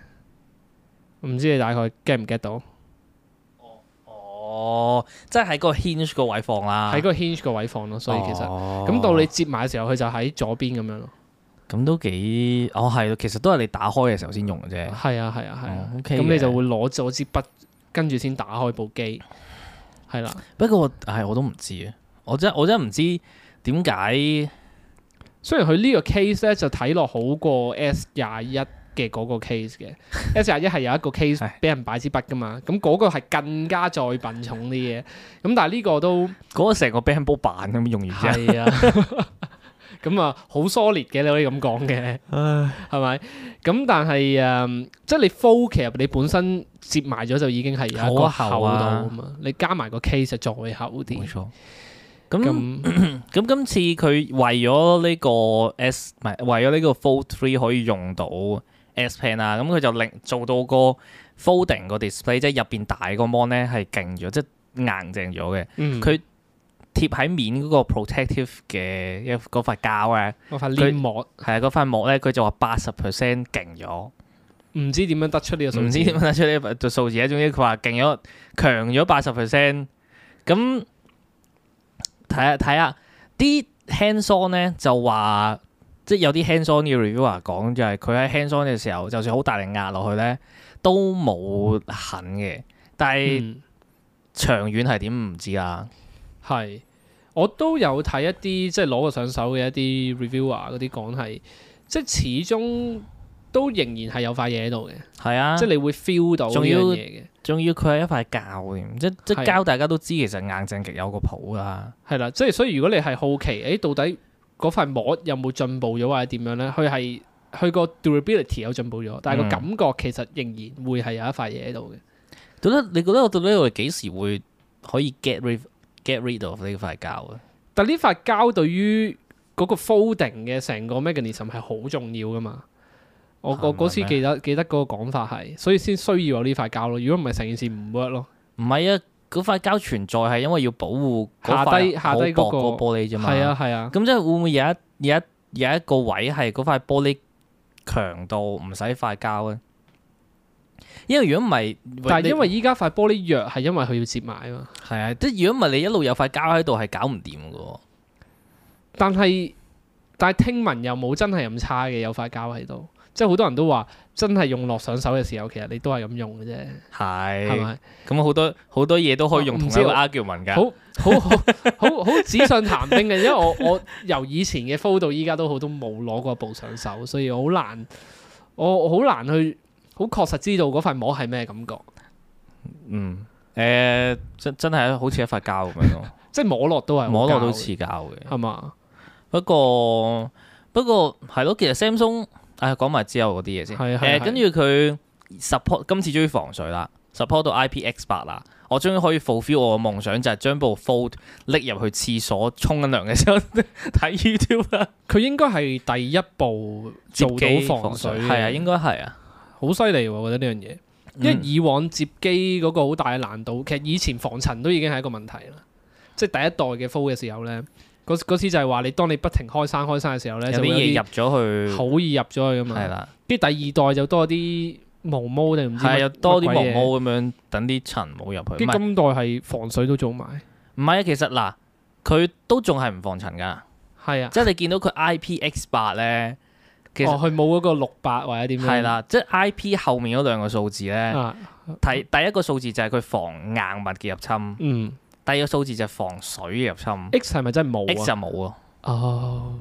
Speaker 2: 唔知你大概 get 唔 get 到？
Speaker 1: 哦，即係喺個 hinge 個位放啦。
Speaker 2: 喺嗰個 hinge 個位放咯，所以其
Speaker 1: 哦
Speaker 2: 實咁
Speaker 1: 咁
Speaker 2: 到你接埋嘅時候，佢就喺左邊咁樣咯。
Speaker 1: 咁都幾哦係，其實都係你打開嘅時候先用嘅啫。
Speaker 2: 係啊，係啊，係啊
Speaker 1: 哦，，OK
Speaker 2: 咁你
Speaker 1: 嘅
Speaker 2: 就會攞咗支筆，跟住先打開部機，係 啦。
Speaker 1: 不過係我都唔知啊，我真我真唔知點解。
Speaker 2: 雖然佢呢個 case 咧就睇落好過 S 廿一嘅嗰個 case 嘅，S 廿一係有一個 case
Speaker 1: 係
Speaker 2: 俾人擺支筆噶嘛，咁嗰個係更加再笨重啲嘅，咁但係呢個都
Speaker 1: 嗰個成個 band 煲板咁用完之後，
Speaker 2: 係啊， 咁啊好 solid 嘅，你可以咁講嘅，係咪？咁但係誒、嗯即係你 fold 其實你本身接埋咗就已經係有一個厚
Speaker 1: 好
Speaker 2: 度
Speaker 1: 厚啊
Speaker 2: 啊嘛，你加埋個 case 就再厚啲
Speaker 1: 冇，錯。咁
Speaker 2: 咁
Speaker 1: 咁今次佢為咗呢個 S 唔係為咗呢個 Fold Three 可以用到 S Pen 啊啦，咁佢就令做到個 folding 個 display 即係入邊大個 mon 咧係勁咗，即係硬淨咗嘅。
Speaker 2: 嗯
Speaker 1: 佢貼喺面嗰個 protective 嘅一嗰塊膠咧，
Speaker 2: 我塊黏膜
Speaker 1: 係啊嗰塊膜咧，佢就話八十 percent 勁咗，
Speaker 2: 唔知點樣得出呢個數字，
Speaker 1: 唔知點樣得出呢個數字咧。總之佢話勁咗強咗八十 percent，咁睇下睇下啲 hands on 咧就話，即係有啲 hands on 嘅 reviewer 講就係佢喺 hands on 嘅時候，就算好大力壓落去咧，都冇痕嘅。但係
Speaker 2: 嗯
Speaker 1: 長遠係點唔知啦。
Speaker 2: 係，我都有睇一啲即係攞過上手嘅一啲 reviewer 啊嗰啲講係，即係始終都仍然係有塊嘢喺度嘅，
Speaker 1: 係啊，
Speaker 2: 即係你會 feel 到呢
Speaker 1: 仲要
Speaker 2: 樣嘢嘅。
Speaker 1: 仲要佢係一塊膠添，即即
Speaker 2: 係啊
Speaker 1: 膠大家都知其實硬淨極有個譜啦。
Speaker 2: 係啦，即係所以如果你係好奇，誒、到底嗰塊膜有冇進步咗或者點樣咧？佢係佢個 durability 有進步咗，但係個
Speaker 1: 嗯
Speaker 2: 感覺其實仍然會係有一塊嘢喺度嘅。
Speaker 1: 到底你覺得我到底我哋幾時會可以 get rid get rid of 呢塊膠啊？
Speaker 2: 但呢塊膠對於嗰個 folding 嘅成個 mechanism 係好重要噶嘛？我
Speaker 1: 係
Speaker 2: 我嗰次
Speaker 1: 咪咩
Speaker 2: 記得記得嗰個講法係，所以先需要有呢塊膠咯。如果唔係成件事唔 work 咯。
Speaker 1: 唔係啊，嗰塊膠存在係因為要保護嗰
Speaker 2: 下低
Speaker 1: 塊
Speaker 2: 下
Speaker 1: 好
Speaker 2: 低嗰
Speaker 1: 薄
Speaker 2: 個
Speaker 1: 個玻璃啫嘛。
Speaker 2: 係啊係啊，
Speaker 1: 咁即係會唔會有一有一有一個位係嗰塊玻璃強到唔使塊膠咧？因為如果唔係，
Speaker 2: 但係
Speaker 1: 你
Speaker 2: 因為依家塊玻璃弱係因為佢要接埋啊嘛。
Speaker 1: 係啊，即係如果唔係你一路有塊膠喺度係搞唔掂嘅喎。
Speaker 2: 但係但係聽聞又冇真係咁差嘅，有塊膠喺度，即係好多人都話真係用落上手嘅時候，其實你都係咁用嘅啫，係
Speaker 1: 係
Speaker 2: 咪？
Speaker 1: 咁好多好多嘢都可以用
Speaker 2: 我
Speaker 1: 同
Speaker 2: 唔
Speaker 1: 一
Speaker 2: 知
Speaker 1: 個
Speaker 2: 我
Speaker 1: argument 㗎。
Speaker 2: 好好好好好紙上談兵嘅，因為我我由以前嘅 fold 到依家都好都冇攞過部上手，所以我好難我我好難去好確實知道嗰塊膜係咩感覺，
Speaker 1: 嗯，誒、真真係好似一塊膠咁樣咯，
Speaker 2: 即係摸落都 係
Speaker 1: 摸落都
Speaker 2: 到
Speaker 1: 似膠嘅。
Speaker 2: 係嘛？
Speaker 1: 不過不過係咯，其實 Samsung 唉講埋之後嗰啲嘢先。
Speaker 2: 係係
Speaker 1: 誒
Speaker 2: 係
Speaker 1: 跟住佢 support 今次終於防水啦，support 到 IPX 八啦。我終於可以 fulfill 我嘅夢想，就係將部 Fold 拎入去廁所沖緊涼嘅時候 睇 YouTube 啦，
Speaker 2: 佢應該係第一步做
Speaker 1: 接機
Speaker 2: 到防水嘅，
Speaker 1: 係啊，嗯應該係啊，
Speaker 2: 好犀利喎！我覺得呢樣嘢。因為以往接機嗰個好大嘅難度，其實以前防塵都已經係一個問題啦。即係第一代嘅 Fold 嘅時候咧，嗰嗰時就係話你當你不停開山開山嘅時候咧，
Speaker 1: 嗯
Speaker 2: 就
Speaker 1: 有
Speaker 2: 會
Speaker 1: 啲嘢
Speaker 2: 有
Speaker 1: 入咗
Speaker 2: 啲
Speaker 1: 去
Speaker 2: 好易入咗去噶嘛
Speaker 1: 係。啦，
Speaker 2: 跟住第二代就多啲毛毛定唔知
Speaker 1: 係
Speaker 2: 乜
Speaker 1: 有多啲
Speaker 2: 乜
Speaker 1: 毛
Speaker 2: 鬼嘢
Speaker 1: 毛咁樣等啲塵冇入去。唔
Speaker 2: 跟住
Speaker 1: 係
Speaker 2: 今代係防水都做埋，
Speaker 1: 唔係啊，其實嗱，佢都仲係唔防塵㗎，
Speaker 2: 係啊。
Speaker 1: 即係你見到佢 IPX 八咧，其實
Speaker 2: 哦，佢冇嗰個六百或者點樣。
Speaker 1: 係啦，即係 IP 後面嗰兩個數字咧，
Speaker 2: 啊，
Speaker 1: 第第一個數字就係佢防硬物嘅入侵，
Speaker 2: 嗯
Speaker 1: 第二個數字就係防水嘅入侵。
Speaker 2: ，X 係咪真係
Speaker 1: X
Speaker 2: 冇
Speaker 1: 就
Speaker 2: 啊？
Speaker 1: 冇咯，
Speaker 2: 哦，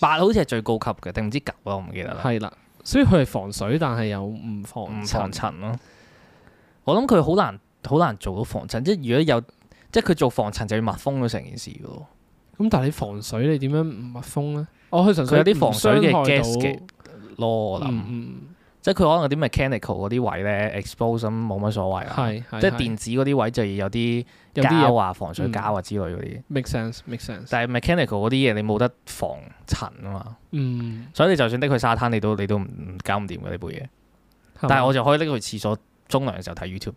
Speaker 1: 八好似係最高級嘅，定唔知九啊，我唔記得啦。
Speaker 2: 係啦，所以佢係防水，但係又唔防
Speaker 1: 唔防
Speaker 2: 塵。
Speaker 1: 塵咯，我諗佢好難好難做到防塵，即係如果有即係佢做防塵就要密封咗成件事嘅喎。
Speaker 2: 咁但係你防水你點樣唔密封咧？哦，佢純
Speaker 1: 佢
Speaker 2: 粹
Speaker 1: 有啲防水嘅
Speaker 2: 唔傷害
Speaker 1: gas
Speaker 2: 到
Speaker 1: 嘅咯，我諗、
Speaker 2: 嗯嗯，
Speaker 1: 即係佢可能有啲 mechanical 嗰啲位咧 expose 咁冇乜所謂啦。
Speaker 2: 係係
Speaker 1: 即係電子嗰啲位就要有啲
Speaker 2: 有啲嘢
Speaker 1: 膠啊、防水膠啊之類嗰啲。
Speaker 2: make sense，make sense。
Speaker 1: 但係 mechanical 嗰啲嘢你冇得防塵啊嘛，
Speaker 2: 嗯，
Speaker 1: 所以你就算拎去沙灘，你都你都唔唔搞唔掂嘅呢杯嘢。
Speaker 2: 係
Speaker 1: 但係
Speaker 2: 嘛
Speaker 1: 我就可以拎去廁所沖涼嘅時候睇 YouTube。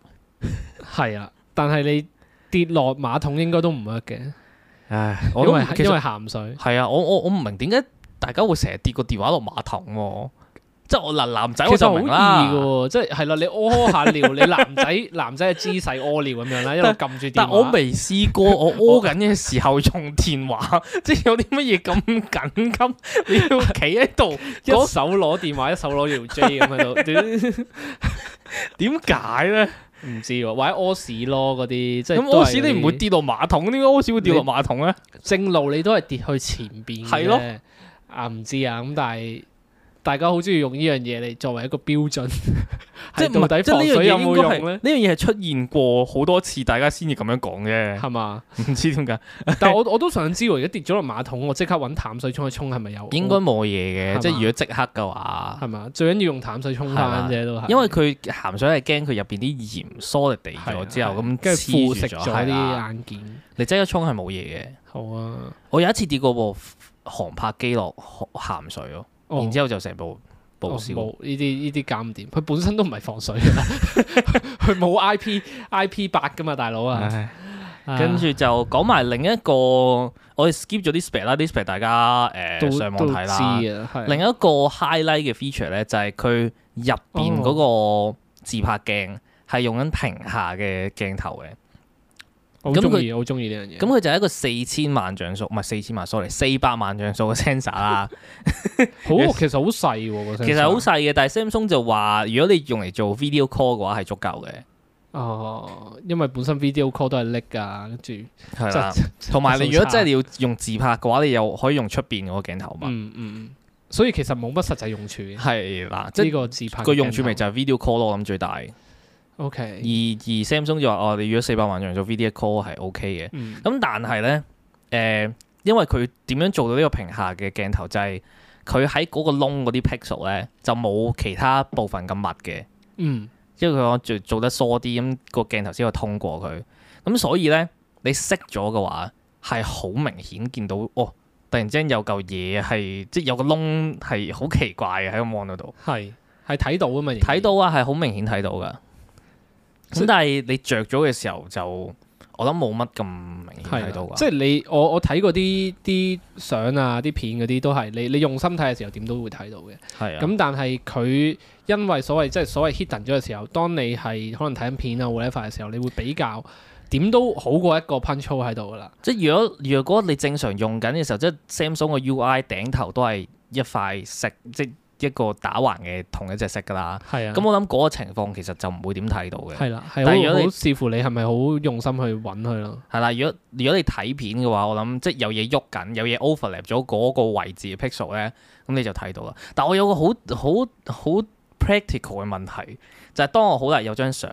Speaker 2: 係啦，但係你跌落馬桶應該都唔 work 嘅，
Speaker 1: 唉，我
Speaker 2: 因
Speaker 1: 都
Speaker 2: 為
Speaker 1: 其
Speaker 2: 因為
Speaker 1: 實
Speaker 2: 鹹水。
Speaker 1: 係啊，我我我唔明點解大家會成日跌個電話落馬桶喎、即係我嗱男仔
Speaker 2: 其
Speaker 1: 我
Speaker 2: 實
Speaker 1: 就
Speaker 2: 好易
Speaker 1: 明
Speaker 2: 嘅
Speaker 1: 啦，
Speaker 2: 喎，即係係啦，你屙下尿，你男仔男仔嘅姿勢屙尿咁樣 啦，一路撳住電話。
Speaker 1: 但我未試過我屙緊嘅時候用電話，即係有啲乜嘢咁緊急，你要企喺度，
Speaker 2: 一手攞電話，一手攞條 J 咁喺度屌，
Speaker 1: 點解咧？
Speaker 2: 唔知喎，或者屙屎咯嗰啲，即係
Speaker 1: 咁
Speaker 2: 都係
Speaker 1: 屙屎你唔
Speaker 2: 嗰
Speaker 1: 會
Speaker 2: 啲
Speaker 1: 跌落馬桶，點解屙屎會跌落馬桶咧？
Speaker 2: 正路你都係跌去前邊嘅
Speaker 1: 係咯
Speaker 2: 啫啊唔知啊咁，但係大家好中意用呢樣嘢嚟作為一個標準，
Speaker 1: 即 係
Speaker 2: 係
Speaker 1: 唔
Speaker 2: 到底
Speaker 1: 係即係
Speaker 2: 防
Speaker 1: 呢
Speaker 2: 水
Speaker 1: 樣
Speaker 2: 有
Speaker 1: 嘢應
Speaker 2: 冇
Speaker 1: 該
Speaker 2: 用
Speaker 1: 係
Speaker 2: 咧
Speaker 1: 呢？樣嘢係出現過好多次，大家先至咁樣講嘅，
Speaker 2: 係嘛？
Speaker 1: 唔知點解
Speaker 2: 但係我我都想知喎，如果跌咗落馬桶，我即刻揾淡水沖一沖，係咪有？
Speaker 1: 應該冇嘢
Speaker 2: 係
Speaker 1: 嘅，
Speaker 2: 嘛
Speaker 1: 即係如果即刻嘅話，
Speaker 2: 係嘛？最緊要用淡水沖翻啫，都係。
Speaker 1: 因為佢鹹水係驚佢入邊啲鹽 solid 地
Speaker 2: 係啊
Speaker 1: 咗之後
Speaker 2: 係啊
Speaker 1: 咁
Speaker 2: 跟住腐
Speaker 1: 黐
Speaker 2: 蝕
Speaker 1: 住
Speaker 2: 咗
Speaker 1: 咗，係啦，
Speaker 2: 啲硬件。
Speaker 1: 你即刻沖係冇嘢嘅。
Speaker 2: 好啊，
Speaker 1: 我有一次跌過部航拍機落鹹水咯，
Speaker 2: 哦
Speaker 1: 然之後就成部報
Speaker 2: 哦
Speaker 1: 銷。
Speaker 2: 冇呢啲呢啲搞唔掂，佢本身都唔係防水㗎啦， 佢冇 I P I P 八噶嘛，大佬啊。
Speaker 1: 唉
Speaker 2: 啊
Speaker 1: 跟住就講埋另一個，我哋 skip 咗啲 spec 啦，啲 spec 大家
Speaker 2: 都
Speaker 1: 誒上網
Speaker 2: 都
Speaker 1: 睇啦。
Speaker 2: 知啊，係
Speaker 1: 另一個 highlight 嘅 feature 咧，就係佢入邊
Speaker 2: 哦
Speaker 1: 嗰個自拍鏡係用緊屏下嘅鏡頭嘅，
Speaker 2: 我好
Speaker 1: 咁佢
Speaker 2: 中意，我好中意呢樣嘢。
Speaker 1: 咁佢就係一個四千萬像素，唔係四千萬，sorry，四百萬像素嘅 sensor 啦。
Speaker 2: 好，其實好細喎個聲
Speaker 1: 其實好細嘅，但係 Samsung 就話，如果你用嚟做 video call 嘅話係足夠嘅，
Speaker 2: 哦，因為本身 video call 都係 l i 噶，跟住
Speaker 1: 係啦。
Speaker 2: 真
Speaker 1: 同埋你
Speaker 2: 真係
Speaker 1: 如果真係
Speaker 2: 好
Speaker 1: 你要用自拍嘅話，你又可以用出邊嗰個鏡頭
Speaker 2: 差
Speaker 1: 嘛。
Speaker 2: 嗯嗯，嗯所以其實冇乜實際用處嘅。
Speaker 1: 係啦，即
Speaker 2: 呢
Speaker 1: 係
Speaker 2: 個自拍啊
Speaker 1: 個用處咪
Speaker 2: 未
Speaker 1: 就係 video call 咯，我諗最大。而而
Speaker 2: O K，
Speaker 1: Samsung 就話哦，你如果四百萬像素 video call 係 OK 嘅。
Speaker 2: 嗯
Speaker 1: 咁但係咧，誒、因為佢點樣做到呢個屏下嘅鏡頭就係佢喺嗰個窿嗰啲 pixel 咧，就冇其他部分咁密嘅，
Speaker 2: 嗯
Speaker 1: 因為佢做做得疏啲，咁、個鏡頭先可以通過佢。咁所以咧，你熄咗嘅話，係好明顯見到哦，突然之間有嚿嘢係即係有個窿係好奇怪嘅喺個 mon 嗰度，
Speaker 2: 係係睇到啊嘛，仍然
Speaker 1: 睇到啊係好明顯睇到噶。咁但係你着咗嘅時候就，我諗冇乜咁明顯
Speaker 2: 係
Speaker 1: 睇
Speaker 2: 啦
Speaker 1: 到噶。
Speaker 2: 即係你我我睇嗰啲啲相啊、啲片嗰啲都係你你用心睇嘅時候點都會睇到嘅。
Speaker 1: 係啊
Speaker 2: 咁但係佢因為所謂即係所謂 hidden 咗嘅時候，當你係可能睇緊片啊 whatever 嘅時候，你會比較點都好過一個 punch hole 喺度噶啦。
Speaker 1: 即係如果如果你正常用緊嘅時候，即係 Samsung 個 UI 頂頭都係一塊色，即係一個打橫嘅同一隻色㗎啦。
Speaker 2: 係啊
Speaker 1: 咁我諗嗰個情況其實就唔會點睇到嘅。
Speaker 2: 係啦，係
Speaker 1: 但係如果
Speaker 2: 好
Speaker 1: 你
Speaker 2: 好視乎你係咪好用心去揾佢咯。
Speaker 1: 係啦，如果如果你睇片嘅話，我諗即係有嘢喐緊，有嘢 overlap 咗嗰個位置嘅 pixel 咧，咁你就睇到啦。但我有個好好好 practical 嘅問題，就係、當我好大有張相，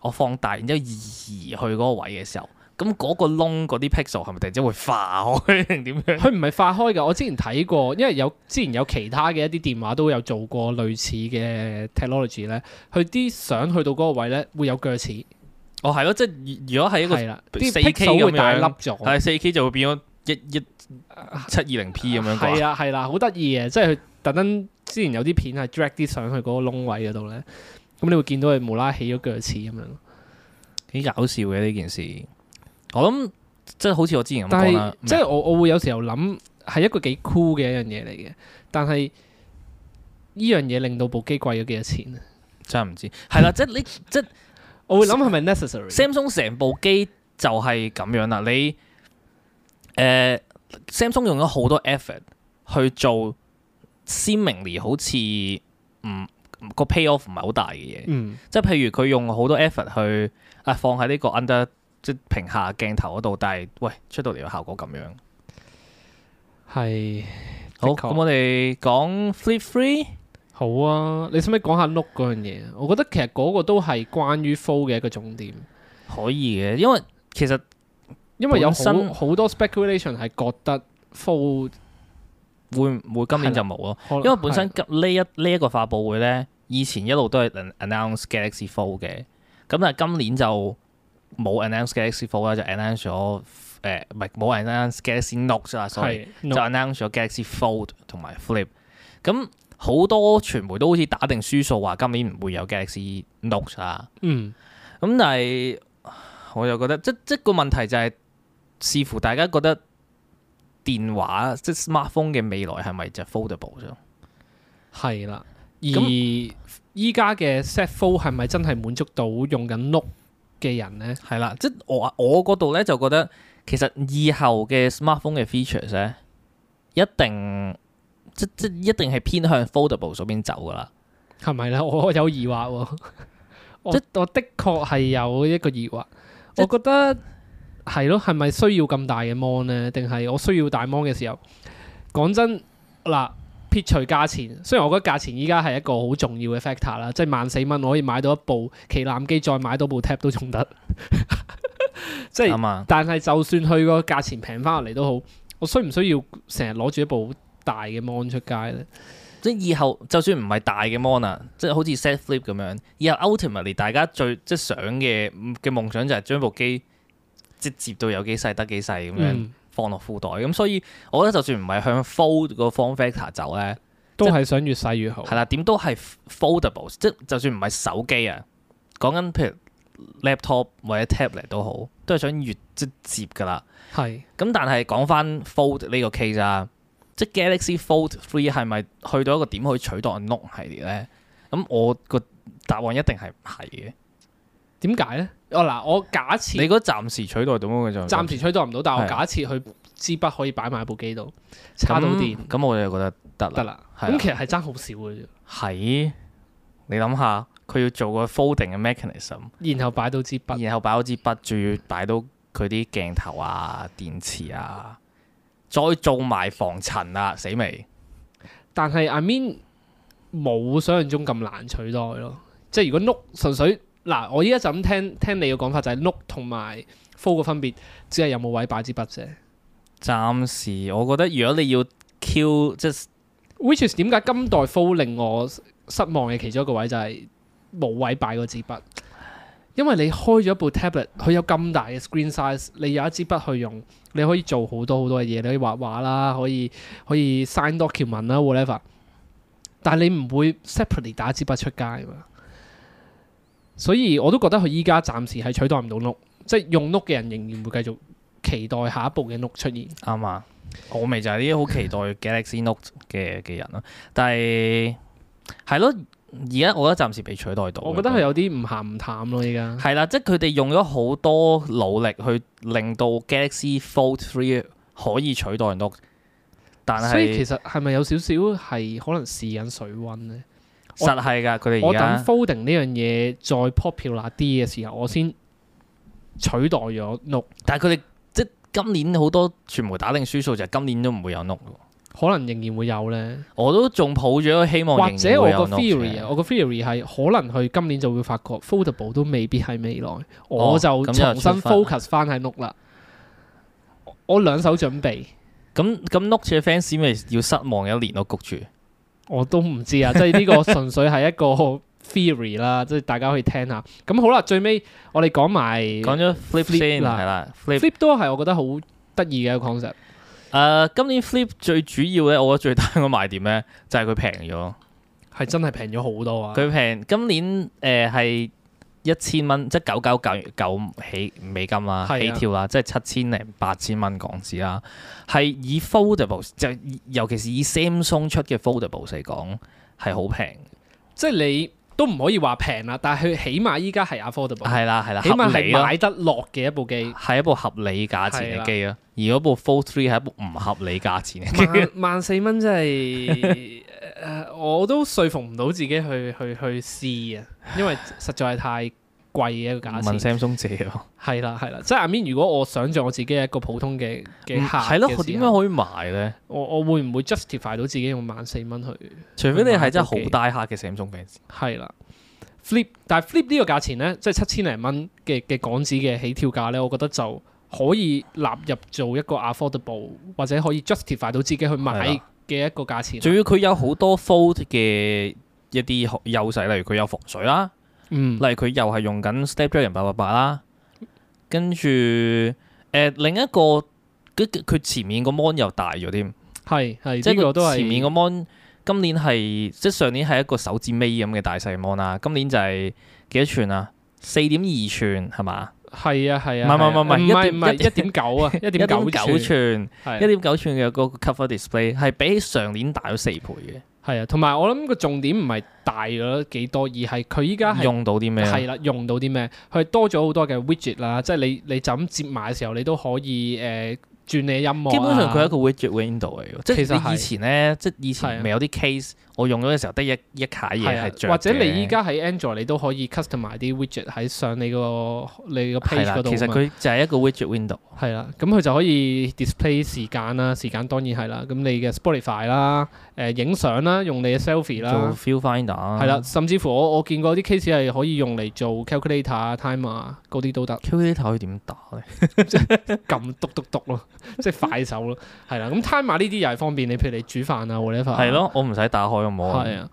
Speaker 1: 我放大，然之後移去嗰個位嘅時候，咁嗰個窿嗰啲 pixel 係咪突然之間會化開定點樣？
Speaker 2: 佢唔係化開㗎，我之前睇過，因為有之前有其他嘅一啲電話都有做過類似嘅 technology 咧，佢啲相去到嗰個位咧會有鋸齒，
Speaker 1: 哦，係咯，即係如果係一個
Speaker 2: 係啦，啲
Speaker 1: 4K
Speaker 2: pixel 會
Speaker 1: 咁樣
Speaker 2: 大粒咗，
Speaker 1: 係啊四 K 就會變咗一一七二零 P 咁樣
Speaker 2: 係
Speaker 1: 啩。
Speaker 2: 啊係啦，好得意嘅，即係佢特登之前有啲片係 drag 啲相去嗰個窿位嗰度咧，咁你會見到佢無啦啦起咗鋸齒咁樣。
Speaker 1: 幾搞笑嘅呢件事，我諗即係好似我之前咁
Speaker 2: 但
Speaker 1: 講啦
Speaker 2: 係，即係我我會有時候諗係一個幾 cool 嘅一樣嘢嚟嘅，但係呢樣嘢令到部機貴咗幾多錢啊？
Speaker 1: 嗯真係唔知係啦，即係你即係
Speaker 2: 我會諗係咪 necessary？
Speaker 1: Samsung 成部機就係咁樣啦。你誒、呃 Samsung 用咗好多 effort 去做鮮明嚟，好似唔個 payoff 唔係好大嘅嘢。
Speaker 2: 嗯
Speaker 1: 即係譬如佢用好多 effort 去啊放喺呢個 under 即係屏下鏡頭嗰度，但係喂出到嚟嘅效果咁樣。
Speaker 2: 係
Speaker 1: 好，
Speaker 2: 的確
Speaker 1: 咁我啊哋講 Flip Three
Speaker 2: 好啊！你使唔使講下 look 嗰樣嘢啊？我覺得其實嗰個都係關於 fold 嘅一個重點，
Speaker 1: 可以嘅，因為其實
Speaker 2: 因為有
Speaker 1: 本身
Speaker 2: 好好多 speculation 係覺得 fold
Speaker 1: 會唔會今年就冇啊咯？
Speaker 2: 可能
Speaker 1: 因為本身
Speaker 2: 係
Speaker 1: 今呢一呢一個發佈會咧，以前一路都係 an- announce Galaxy Fold 嘅，咁但係今年就冇 announce Galaxy Fold 啦，就 announce 咗誒唔係冇 announce Galaxy Note 啦，sorry。
Speaker 2: 係
Speaker 1: 就 announce 咗 Galaxy Fold 同埋 Flip。咁好多傳媒都好似打定輸數，話今年唔會有 Galaxy Note 啊。
Speaker 2: 嗯
Speaker 1: 咁但係我又覺得，即即個問題就係、視乎大家覺得電話即 smartphone 嘅未來係咪就 foldable 啫？
Speaker 2: 係啦，而依家嘅 set fold 係咪真係滿足到用緊 look 嘅人咧？
Speaker 1: 係啦，即我我嗰度咧就覺得其實以後嘅 smartphone 嘅 features 咧，一定即即一定係偏向 foldable 嗰邊走噶啦。
Speaker 2: 係咪咧？我我有疑惑喎、我
Speaker 1: 即
Speaker 2: 我的確係有一個疑惑，
Speaker 1: 即
Speaker 2: 我覺得係咯，係咪需要咁大嘅 mon 咧？定係我需要大 mon 嘅時候？講真嗱，撇除價錢，雖然我覺得價錢依家係一個好重要嘅 factor 啦，即係萬四蚊我可以買到一部旗艦機，再買到部 tab 都仲 得，即係
Speaker 1: 啱啊，
Speaker 2: 但係就算佢個價錢平翻落嚟都好，我需唔需要成日攞住一部大嘅 mon 出街咧？
Speaker 1: 即係以後就算唔係大嘅 mon 啊，即係好似 set flip 咁樣，以後 ultimately 大家最即係想嘅嘅夢想就係將部機即係接到有幾細得幾細咁樣、
Speaker 2: 嗯，
Speaker 1: 放落褲袋。咁所以我覺得就算唔係向 fold 個 form factor 走咧，
Speaker 2: 都係想越細越好。
Speaker 1: 係啦，點都係 foldable，即係就算唔係手機啊，講緊譬如 laptop 或者 tablet 都好，都係想越即係接㗎啦。
Speaker 2: 係
Speaker 1: 咁但係講翻 Fold 呢個 case 啊，即係 Galaxy Fold Three 係咪去到一個點可以取代 Note 系列咧？咁我個答案一定係唔係嘅，
Speaker 2: 點解咧？哦嗱，我假
Speaker 1: 你
Speaker 2: 設
Speaker 1: 覺得暫時取代到嘅就
Speaker 2: 暫時取代唔到，但係我
Speaker 1: 係
Speaker 2: 假設佢支筆可以擺埋喺部機度，
Speaker 1: 咁
Speaker 2: 插到電
Speaker 1: 咁我就覺得得
Speaker 2: 得
Speaker 1: 啦。
Speaker 2: 啦。
Speaker 1: 係啦
Speaker 2: 咁其實係爭好少嘅
Speaker 1: 係，你諗下，佢要做個 folding 嘅 mechanism，
Speaker 2: 啫，然後擺到支筆。
Speaker 1: 然後擺到支筆，仲要擺到佢啲鏡頭啊、電池啊，再做埋防塵啊，死未？
Speaker 2: 但係 I mean 冇想象中咁難取代咯。即係如果 Note 純粹嗱，我依家就咁聽聽你嘅講法就係 Note 同埋 Fold 嘅分別，只係有冇位擺支筆啫。
Speaker 1: 暫時我覺得，如果你要 Q 即係
Speaker 2: Which is 點解今代 Fold 令我失望嘅其中一個位就係冇位擺個支筆，因為你開咗一部 tablet，佢有咁大嘅 screen size，你有一支筆去用，你可以做好多好多嘅嘢，你可以畫畫啦，可以可以 sign document 啦，whatever。但係你唔會 separately 打支筆出街啊嘛，所以我都覺得佢依家暫時係取代唔到 Note，即係用 Note 嘅人仍然會繼續期待下一部嘅 Note 出現。
Speaker 1: 啱啊！我咪就係啲好期待 Galaxy Note 嘅嘅人咯，但係係咯，而家我覺得暫時被取代到嘅。
Speaker 2: 我覺得佢有啲唔鹹唔淡咯，依家。
Speaker 1: 係啦，即係佢哋用咗好多努力去令到 Galaxy Fold Three 可以取代 Note，但
Speaker 2: 所以其
Speaker 1: 係
Speaker 2: 實係咪有少少係可能試緊水温咧？我
Speaker 1: 實係㗎，佢哋
Speaker 2: 我
Speaker 1: 而
Speaker 2: 等
Speaker 1: 家
Speaker 2: folding 呢樣嘢再 popular 啲嘅時候，我先取代咗 Note，
Speaker 1: 但係佢哋即係今年好多傳媒打定輸數，就係今年都唔會有 Note 喎。
Speaker 2: 可能仍然會有咧。
Speaker 1: 我都仲抱住一個希望，
Speaker 2: 或者我
Speaker 1: 個
Speaker 2: 個 theory 啊，我個 theory 係可能佢今年就會發覺 foldable 都未必係未來，我就重
Speaker 1: 哦咁又出
Speaker 2: 新
Speaker 1: 返
Speaker 2: focus 翻喺 Note 啦。我我兩手準備，
Speaker 1: 咁咁 Note 嘅 fans 咪要失望一年咯，焗住。
Speaker 2: 我都唔知 啊，即係呢個純粹係一個 theory 啦，即係大家可以聽下。咁好啦，最尾我哋講埋
Speaker 1: 講咗 Flip
Speaker 2: Flip
Speaker 1: 先
Speaker 2: 啦
Speaker 1: 係啦，Flip
Speaker 2: Flip 都係我覺得好得意嘅一個 concept。
Speaker 1: 誒、今年 Flip 最主要咧，我覺得最大嘅賣點咧，就係佢平咗。
Speaker 2: 係真係平咗好多啊！
Speaker 1: 佢平今年誒呃係一千蚊，即係九九九九起美金啦，
Speaker 2: 係
Speaker 1: 起
Speaker 2: 啊
Speaker 1: 跳啦，即係七千零八千蚊港紙啦。係以 foldable 就尤其是以 Samsung 出嘅 foldable 嚟講係好平，
Speaker 2: 即係你都唔可以話平啦，但係佢起碼依家係 affordable，
Speaker 1: 係啦係啦，
Speaker 2: 哦起碼
Speaker 1: 合
Speaker 2: 係
Speaker 1: 理啦，
Speaker 2: 買得落嘅一部 機，
Speaker 1: 係一部合理價錢嘅機啦。而嗰部 Fold Three 係一部唔合理價錢嘅機。
Speaker 2: 萬萬四蚊真係誒我都說服唔到自己去去去試啊，因為實在係太貴嘅一個價
Speaker 1: 問
Speaker 2: 錢。
Speaker 1: Samsung 借咯，
Speaker 2: 係啦係啦，即係 I mean，如果我想象我自己係一個普通嘅嘅客
Speaker 1: 嗯係咯，佢點
Speaker 2: 點
Speaker 1: 樣可以買咧？
Speaker 2: 我我會唔會 justify 到自己用萬四蚊去？
Speaker 1: 除非你係真係
Speaker 2: 買部機
Speaker 1: 好大客嘅 Samsung fans。
Speaker 2: 係啦。Flip，但係 Flip 呢個價錢咧，即係七千零蚊嘅嘅港紙嘅起跳價咧，我覺得就可以納入做一個 affordable 或者可以 justify 到自己去
Speaker 1: 係
Speaker 2: 買
Speaker 1: 啦
Speaker 2: 嘅一個價錢。
Speaker 1: 仲要佢有好多 fold 嘅一啲優勢，例如佢有防水啦，
Speaker 2: 嗯
Speaker 1: 例如佢又係用緊 Snapdragon 八八八啦，跟住誒、呃另一個佢佢前面個 mon 又大咗添，
Speaker 2: 係
Speaker 1: 即
Speaker 2: 係
Speaker 1: 係
Speaker 2: 呢個都
Speaker 1: 佢
Speaker 2: 係
Speaker 1: 前面個 mon 今年係即係上年係一個手指尾咁嘅大細 mon 啦，今年就係幾多寸啊？四點二寸係嘛？
Speaker 2: 係啊係啊，
Speaker 1: 唔係
Speaker 2: 係啊
Speaker 1: 唔係唔係
Speaker 2: 唔係
Speaker 1: 一
Speaker 2: 唔係
Speaker 1: 點
Speaker 2: 一點九啊，一
Speaker 1: 一
Speaker 2: 點九
Speaker 1: 九
Speaker 2: 寸
Speaker 1: 寸，一
Speaker 2: 係啊
Speaker 1: 點九寸嘅嗰個 cover display 係比起上年大咗四倍嘅，
Speaker 2: 係啊，同埋我諗個重點唔係大咗幾多，而係佢依家係
Speaker 1: 用到啲咩啊？
Speaker 2: 係啦，用到啲咩？佢多咗好多嘅 widget 啦，即係你你就咁接埋嘅時候，你都可以誒轉你嘅音樂啊。
Speaker 1: 基本上佢係一個 widget window 嚟嘅，即
Speaker 2: 其實
Speaker 1: 係
Speaker 2: 係
Speaker 1: 你以前咧，即係以
Speaker 2: 係啊
Speaker 1: 前咪有啲 case，我用咗嘅時候得一一卡嘢
Speaker 2: 係啊
Speaker 1: 係着
Speaker 2: 或者
Speaker 1: 嘅
Speaker 2: 你依家喺 Android 你都可以 custom 埋啲 widget 喺上你個你個
Speaker 1: 係
Speaker 2: page
Speaker 1: 啦
Speaker 2: 嗰，度
Speaker 1: 其實
Speaker 2: 啊嘛
Speaker 1: 佢就係一個 widget window，
Speaker 2: 係啦，咁佢就可以 display 時間啦，時間當然係啦，咁你嘅 Spotify 啦，誒影相啦，用你嘅 selfie 啦
Speaker 1: 做，field 啊 finder
Speaker 2: 係啦，甚至乎我我見過啲 case 係可以用嚟做 calculator 啊、time 啊嗰啲都得，
Speaker 1: ，calculator 可以點打咧？
Speaker 2: 撳篤篤篤咯， 即係快手咯，係啦，咁 time 啊呢啲又係方便你，譬如你煮飯啊 whatever，
Speaker 1: 係，咯，我唔使打開個 mon，
Speaker 2: 係啊，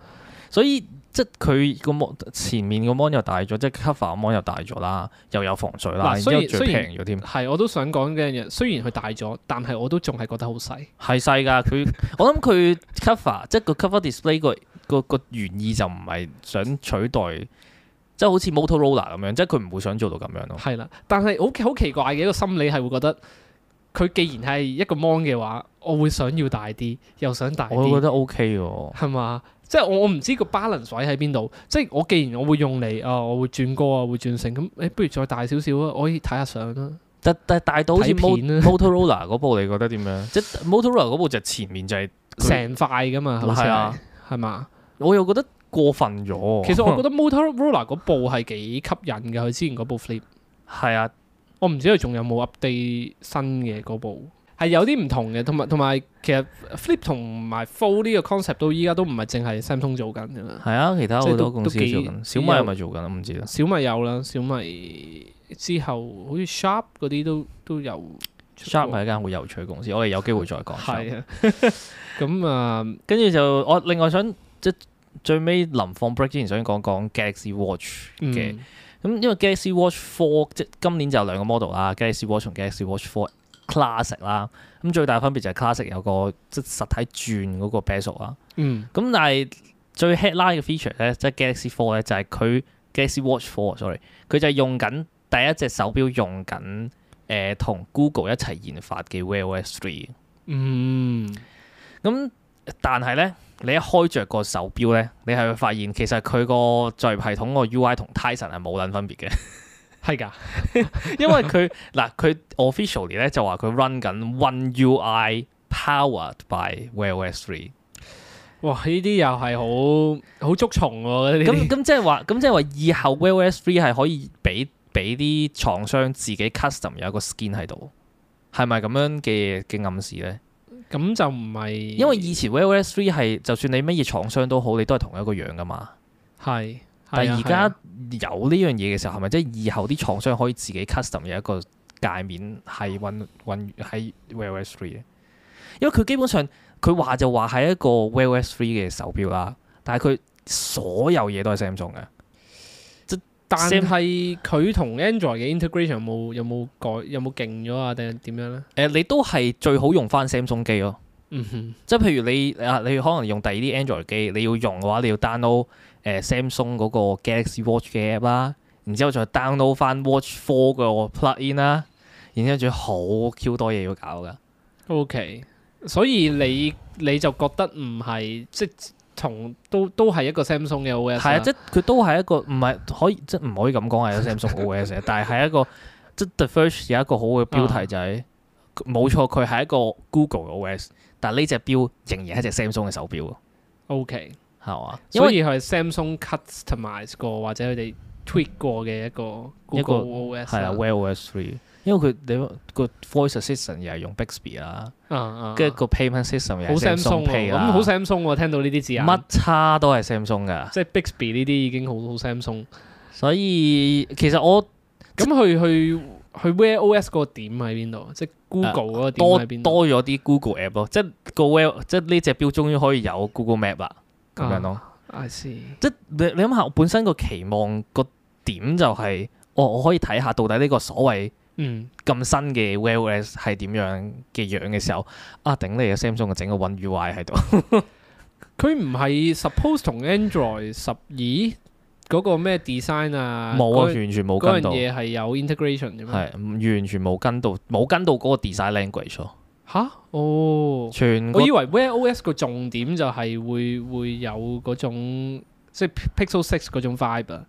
Speaker 1: 所以即係佢個 mon 前面個 mon 又大咗，即係 cover 個 mon 又大咗啦，又有防水啦，
Speaker 2: 嗱
Speaker 1: 然之
Speaker 2: 雖
Speaker 1: 後
Speaker 2: 然
Speaker 1: 最
Speaker 2: 雖然
Speaker 1: 平咗添，
Speaker 2: 係我都想講嘅嘢，雖然佢大咗，但係我都仲係覺得好細。
Speaker 1: 係細㗎。佢我諗佢 cover 即係個 cover display 個個個原意就唔係想取代，即係好似 Motorola 咁樣，即係佢唔會想做到咁樣咯。
Speaker 2: 係啦，但係好好奇怪嘅一個心理係會覺得，佢既然係一個 mon 嘅話，我會想要大啲，又想大
Speaker 1: 我覺
Speaker 2: 啲，
Speaker 1: 得 OK 喎，
Speaker 2: 係嘛？即係我我唔知個 balance 位喺邊度。即係我既然我會用嚟啊，我會轉歌啊，會轉性咁，誒不如再大少少啊，我可以睇下相啦。
Speaker 1: 但但大到好似
Speaker 2: 睇片
Speaker 1: Mo-
Speaker 2: 啊
Speaker 1: Motorola 嗰部，你覺得點樣？ 即係 Motorola 嗰部就前面就係、佢
Speaker 2: 成塊噶嘛，好似
Speaker 1: 係
Speaker 2: 係
Speaker 1: 啊
Speaker 2: 係嘛？
Speaker 1: 我又覺得過分咗。
Speaker 2: 其實我覺得 Motorola 嗰部係幾吸引嘅，佢之前嗰部 Flip，
Speaker 1: 係啊，
Speaker 2: 我唔知佢仲有冇 update 新嘅嗰部，係有啲唔同嘅，同埋同埋其實 Flip 同埋 Fold 呢個 concept 到依家都唔係淨係 Samsung 做緊㗎啦，
Speaker 1: 係啊，其他
Speaker 2: 即係
Speaker 1: 好
Speaker 2: 都
Speaker 1: 多公司
Speaker 2: 都
Speaker 1: 做
Speaker 2: 幾
Speaker 1: 緊，小米係咪做緊？我唔知啦。
Speaker 2: 小米有啦，小米之後好似 Sharp 嗰啲都都有出
Speaker 1: Sharp 係
Speaker 2: 過
Speaker 1: 一啊間好有趣嘅公司，我哋有機會再講。
Speaker 2: 係啊， 咁啊
Speaker 1: 跟住就我另外想即最尾臨放 break 之前想講講 Galaxy Watch 嘅，咁、
Speaker 2: 嗯
Speaker 1: 因為 Galaxy Watch Four 即今年就有兩個 model 啦，Galaxy Watch 同 Galaxy Watch Four Classic 啦，咁最大分別就係 Classic 有個即實體轉嗰個 bezel 啦，
Speaker 2: 嗯
Speaker 1: 咁但係最 headline 嘅 feature 咧，即 Galaxy Four 咧就係佢 Galaxy Watch Four，sorry，佢就係用緊第一隻手錶用緊誒同、Google 一齊研發嘅 Wear OS Three。
Speaker 2: 嗯
Speaker 1: 咁但係咧，你一開着個手錶咧，你係會發現其實佢個作業系統個 UI 同 Tyson 係冇撚分別嘅，
Speaker 2: 係㗎，
Speaker 1: 因為佢嗱佢 officially 咧就話佢 run 緊 One UI powered by Wear OS Three。
Speaker 2: 哇呢啲又係好好捉蟲喎呢啲
Speaker 1: 咁咁即係話，咁即係話以後 Wear OS Three 係可以俾俾啲廠商自己 custom 有一個 skin 喺度，係咪咁樣嘅嘅暗示咧？
Speaker 2: 咁就唔係，
Speaker 1: 因為以前 Wear OS Three 係就算你乜嘢廠商都好，你都係同一個樣噶嘛。
Speaker 2: 係，
Speaker 1: 但
Speaker 2: 係啊
Speaker 1: 係而
Speaker 2: 係
Speaker 1: 家
Speaker 2: 啊
Speaker 1: 有呢樣嘢嘅時候，係咪即係以後啲廠商可以自己 custom 有一個界面係揾揾喺 Wear OS Three 嘅？因為佢基本上佢話就話係一個 Wear OS Three 嘅手錶啦，但係佢所有嘢都係 Samsung 嘅。
Speaker 2: 但
Speaker 1: Sam-
Speaker 2: 係佢同 Android 嘅 integration 有冇有冇改有冇勁咗啊？定係點樣
Speaker 1: 誒、
Speaker 2: 咧？
Speaker 1: 你都係最好用翻 Samsung 機咯。
Speaker 2: 嗯哼，
Speaker 1: 即係譬如你啊，你可能用第二啲 Android 機，你要用嘅話，你要 download 誒、Samsung 嗰個 Galaxy Watch 嘅 app 啦，然之後再 download 翻 Watch Four 個 plug in 啦，然之後仲要好 Q 多嘢要搞㗎。
Speaker 2: OK，所以你你就覺得唔係即係同都都係一個 Samsung 嘅 OS
Speaker 1: 係啊，
Speaker 2: 啦
Speaker 1: 即係佢都係一個唔係可以即係唔可以咁講係啊 Samsung OS 嘅， 但係係一個即係 The Verge 有一個好嘅標題就係冇錯，佢係一個 Google 嘅 OS，但係呢隻錶仍然係一隻 Samsung 嘅手錶，
Speaker 2: OK，
Speaker 1: 係嘛？因
Speaker 2: 所
Speaker 1: 為
Speaker 2: 以佢係 Samsung customize 過或者佢哋 tweak 過嘅一個
Speaker 1: 一個
Speaker 2: Google OS
Speaker 1: 係啊
Speaker 2: 啦
Speaker 1: ，Wear OS Three，因為佢你個 Voice Assistant 又係用 Bixby 啦，
Speaker 2: 啊啊，
Speaker 1: 跟住個 Payment System 又
Speaker 2: 好
Speaker 1: 係
Speaker 2: Samsung
Speaker 1: Samsung
Speaker 2: 喎
Speaker 1: Pay
Speaker 2: 咁好
Speaker 1: 啦，
Speaker 2: Samsung 喎，聽到呢啲字眼，啊
Speaker 1: 乜叉都係 Samsung 噶，
Speaker 2: 即係 Bixby 呢啲已經好好 Samsung。
Speaker 1: 所以其實我
Speaker 2: 咁去去去 Wear OS 嗰個點喺邊度？啊即係 Google 嗰個點
Speaker 1: 啊多
Speaker 2: 喺邊度？
Speaker 1: 多咗啲 Google App 咯，即係個 Wear 即係呢隻錶終於可以有 Google Map 啦，咁樣咯。
Speaker 2: I see。
Speaker 1: 即係你你諗下，我本身個期望個點就係、我我可以睇下到底呢個所謂
Speaker 2: 嗯，
Speaker 1: 咁新嘅 Wear OS 係點樣嘅樣嘅時候，啊頂你嘅 Samsung 就整個 One UI 喺度，
Speaker 2: 佢唔係 suppose 同 Android 十二嗰個咩 design 啊？
Speaker 1: 冇啊，
Speaker 2: 嗰
Speaker 1: 完全冇
Speaker 2: 嗰
Speaker 1: 跟
Speaker 2: 樣
Speaker 1: 到，係
Speaker 2: 嘢係有 integration 嘅咩？
Speaker 1: 嗯完全冇跟到，冇跟到嗰個 design language 咯，
Speaker 2: 吓？哦，
Speaker 1: 全個
Speaker 2: 我以為 Wear OS 個重點就係會會有嗰種即係 Pixel Six 嗰種 vibe 啊，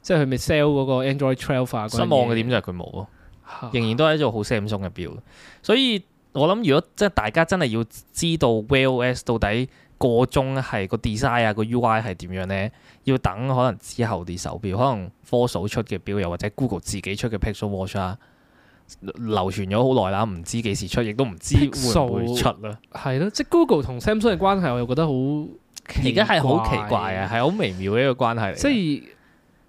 Speaker 2: 即係佢咪 sell 嗰個 Android Twelve 啊？
Speaker 1: 失望嘅點就係佢冇咯。
Speaker 2: 嚇
Speaker 1: 仍然都係一種好 Samsung 嘅表，所以我諗如果即係大家真係要知道 Wear OS 到底個中係個 design 啊個 UI 係點樣咧，要等可能之後啲手錶，可能科數出嘅表，又或者 Google 自己出嘅 Pixel Watch 啊，流傳咗好耐啦，唔知幾時出，亦都唔知會唔會出啦。
Speaker 2: 係咯，即係 Google 同 Samsung 嘅關係，我又覺得好啊
Speaker 1: 而
Speaker 2: 而
Speaker 1: 家係好奇怪啊，係好微妙嘅一個關係嚟嘅。
Speaker 2: 即係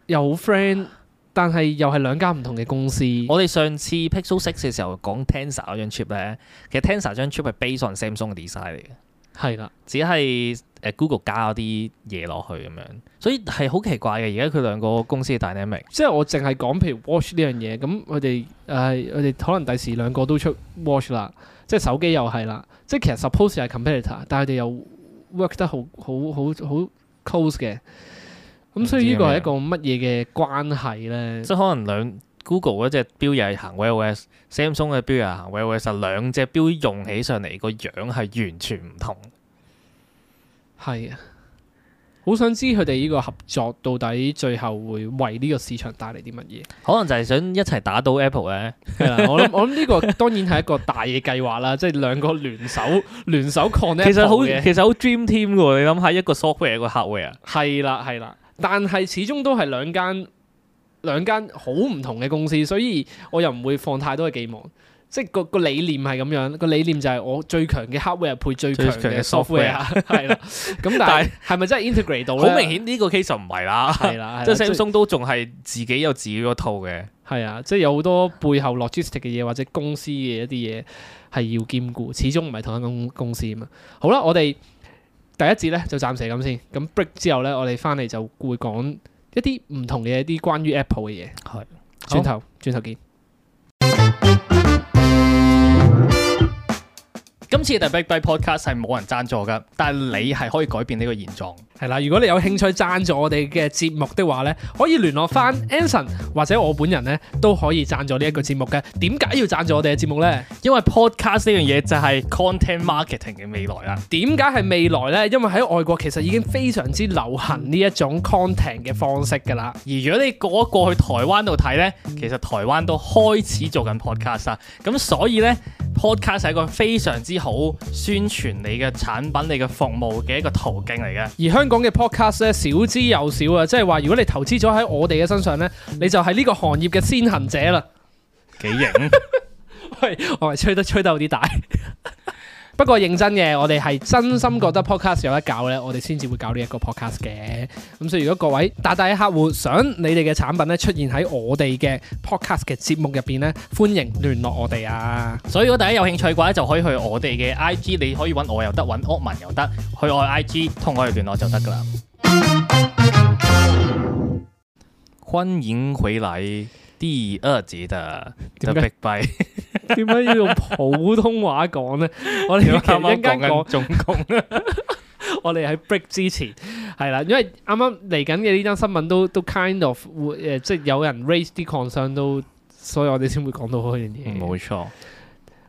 Speaker 2: 又好 friend，但係又係兩間唔同嘅公司。
Speaker 1: 我哋上次 Pixel Six 嘅時候講 Tensor 嗰張 chip 咧，其實 Tensor 張 chip 係 based on Samsung 嘅 design 嚟嘅。
Speaker 2: 係啦，
Speaker 1: 只係誒 Google 加咗啲嘢落去咁樣，所以係好奇怪嘅。而家佢兩個公司嘅 dynamic
Speaker 2: 即係我淨係講譬如 watch 呢樣嘢，咁佢哋誒佢哋可能第時兩個都出 watch 啦，即係手機又係啦，即係其實 suppose 係 competitor，但係佢哋又 work 得好好好好 close 嘅。咁所以呢個係一個乜嘢嘅關係咧？
Speaker 1: 即係可能兩 Google 嗰隻標又係行 Wear OS，Samsung 嘅標又係行 Wear OS，就兩隻標用起上嚟個樣係完全唔同。
Speaker 2: 係啊，好想知佢哋呢個合作到底最後會為呢個市場帶嚟啲乜嘢？
Speaker 1: 可能就係想一齊打到 Apple 咧。
Speaker 2: 係啦，我諗我諗呢個當然係一個大嘅計劃啦，即係兩個聯手聯手 connect
Speaker 1: 其實好
Speaker 2: 嘅
Speaker 1: 其實好 dream team 噶喎，你諗下一個 software 一個 hardware，
Speaker 2: 係啦係啦，但係始終都係兩間兩間好唔同嘅公司，所以我又唔會放太多嘅寄望。即係個個理念係咁樣，個理念就係我最強嘅 hardware 配最強
Speaker 1: 最
Speaker 2: 嘅
Speaker 1: 強嘅 software
Speaker 2: software，係啦。咁但係係咪真係 integrate 到咧？
Speaker 1: 好明顯呢個 case 就唔係啦，
Speaker 2: 係
Speaker 3: 啊
Speaker 2: 啦，
Speaker 1: 即
Speaker 2: 係
Speaker 1: 係
Speaker 2: 啦
Speaker 1: Samsung 都仲係自己有自己嗰套嘅。
Speaker 2: 係啊，即係有好多背後 logistic 嘅嘢或者公司嘅一啲嘢係要兼顧，始終唔係同一間公公司啊嘛。好啦，我哋第一節咧就暫時係咁先，咁 break 之後咧，我哋翻嚟就會講一啲唔同嘅一啲關於 Apple 嘅嘢。
Speaker 1: 係，
Speaker 2: 轉頭轉頭見。
Speaker 3: 今次嘅 The Big Bang Podcast 係冇人贊助噶，但係你係可以改變呢個現狀。
Speaker 2: 係啦，如果你有興趣贊助我哋嘅節目的話咧，可以聯絡翻 Anson 或者我本人咧都可以贊助呢一個節目嘅。點解要贊助我哋嘅節目咧？
Speaker 3: 因為 podcast 呢樣嘢就係 content marketing 嘅未來啊啦。
Speaker 2: 點解係未來呢？因為喺外國其實已經非常之流行呢一種 content 嘅方式㗎啦。
Speaker 3: 而如果你過一過去台灣度睇呢，其實台灣都開始做緊 podcast 啦。咁所以呢 podcast 係一個非常之好宣傳你嘅產品、你嘅服務嘅一個途徑嚟嘅。
Speaker 2: 而香港嘅 podcast 咧少之又少啊，即係話如果你投資咗喺我哋嘅身上呢，你就係呢個行業嘅先行者啦。
Speaker 3: 幾型？
Speaker 2: 喂，我係吹得吹得有啲大。不過認真嘅，我哋係真心覺得 podcast 有得搞呢，我哋先至會搞呢一個 podcast 嘅。咁所以如果各位大大嘅客戶想你哋嘅產品咧出現喺我哋嘅 podcast 嘅節目入邊呢，歡迎聯絡我哋啊！
Speaker 3: 所以如果大家有興趣嘅話咧，就可以去我哋嘅 IG，你可以揾我又得，揾 Owen 又得，去我嘅 IG 同我哋聯絡就得噶啦。
Speaker 1: 歡迎回來第二節的
Speaker 2: 點
Speaker 1: The
Speaker 2: 解
Speaker 1: Big Bang，
Speaker 2: 點解要用普通話講呢？我哋
Speaker 1: 啱
Speaker 2: 其實一
Speaker 1: 啱
Speaker 2: 間
Speaker 1: 講緊
Speaker 2: 講，
Speaker 1: 中共，
Speaker 2: 我哋喺 break 之前係啦，因為啱啱嚟緊嘅呢單新聞都都 kind of 會誒、即係有人 raise 啲 concern 都，所以我哋先會講到嗰樣嘢。
Speaker 1: 冇錯。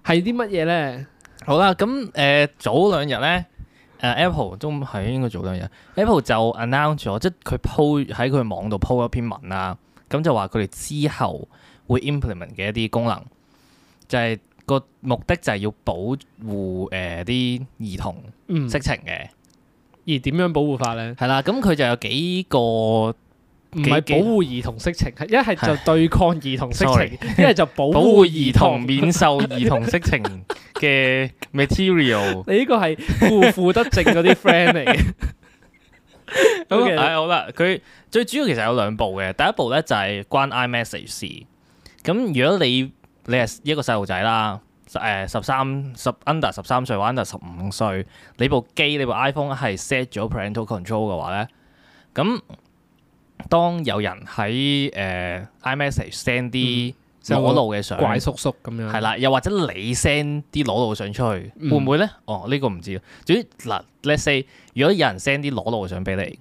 Speaker 2: 係啲乜嘢呢？
Speaker 1: 好啦，咁誒、呃早兩日咧，誒、Apple 都係應該早兩日，Apple 就 announce 咗，即係佢 po 喺佢網度 po 一篇文啦，咁就話佢哋之後會 implement 嘅一啲功能，就係、個目的就係要保護誒啲、兒童
Speaker 2: 嗯，
Speaker 1: 色情嘅，
Speaker 2: 而點樣保護法呢？
Speaker 1: 係啦、咁佢就有幾個
Speaker 2: 唔係
Speaker 1: 幾
Speaker 2: 保護兒童色情，係一係就對抗兒童色情
Speaker 1: Sorry，
Speaker 2: 一係就保
Speaker 1: 保護
Speaker 2: 護兒
Speaker 1: 兒童
Speaker 2: 童。
Speaker 1: 免受兒童色情嘅 material。
Speaker 2: 你呢個 係負負得正嗰啲 friend 嚟嘅。
Speaker 1: 咁啊
Speaker 2: OK
Speaker 1: 唉好啦，佢最主要其實有兩步嘅，第一步咧就係、關 iMessage 事。咁如果你你係一個細路仔啦，誒十三十 under 十三歲或 under 十五歲，你部機你部 iPhone 係 set 咗 parental control 嘅話咧，咁當有人喺誒、呃 iMessage send 啲
Speaker 2: 就
Speaker 1: 裸露嘅相，
Speaker 2: 嗯怪叔叔咁樣。
Speaker 1: 係啦，又或者你 send 啲裸露相出去，
Speaker 2: 嗯
Speaker 1: 會唔會咧？哦，呢、個唔知。總之嗱，let's say 如果有人 send 啲裸露相俾你，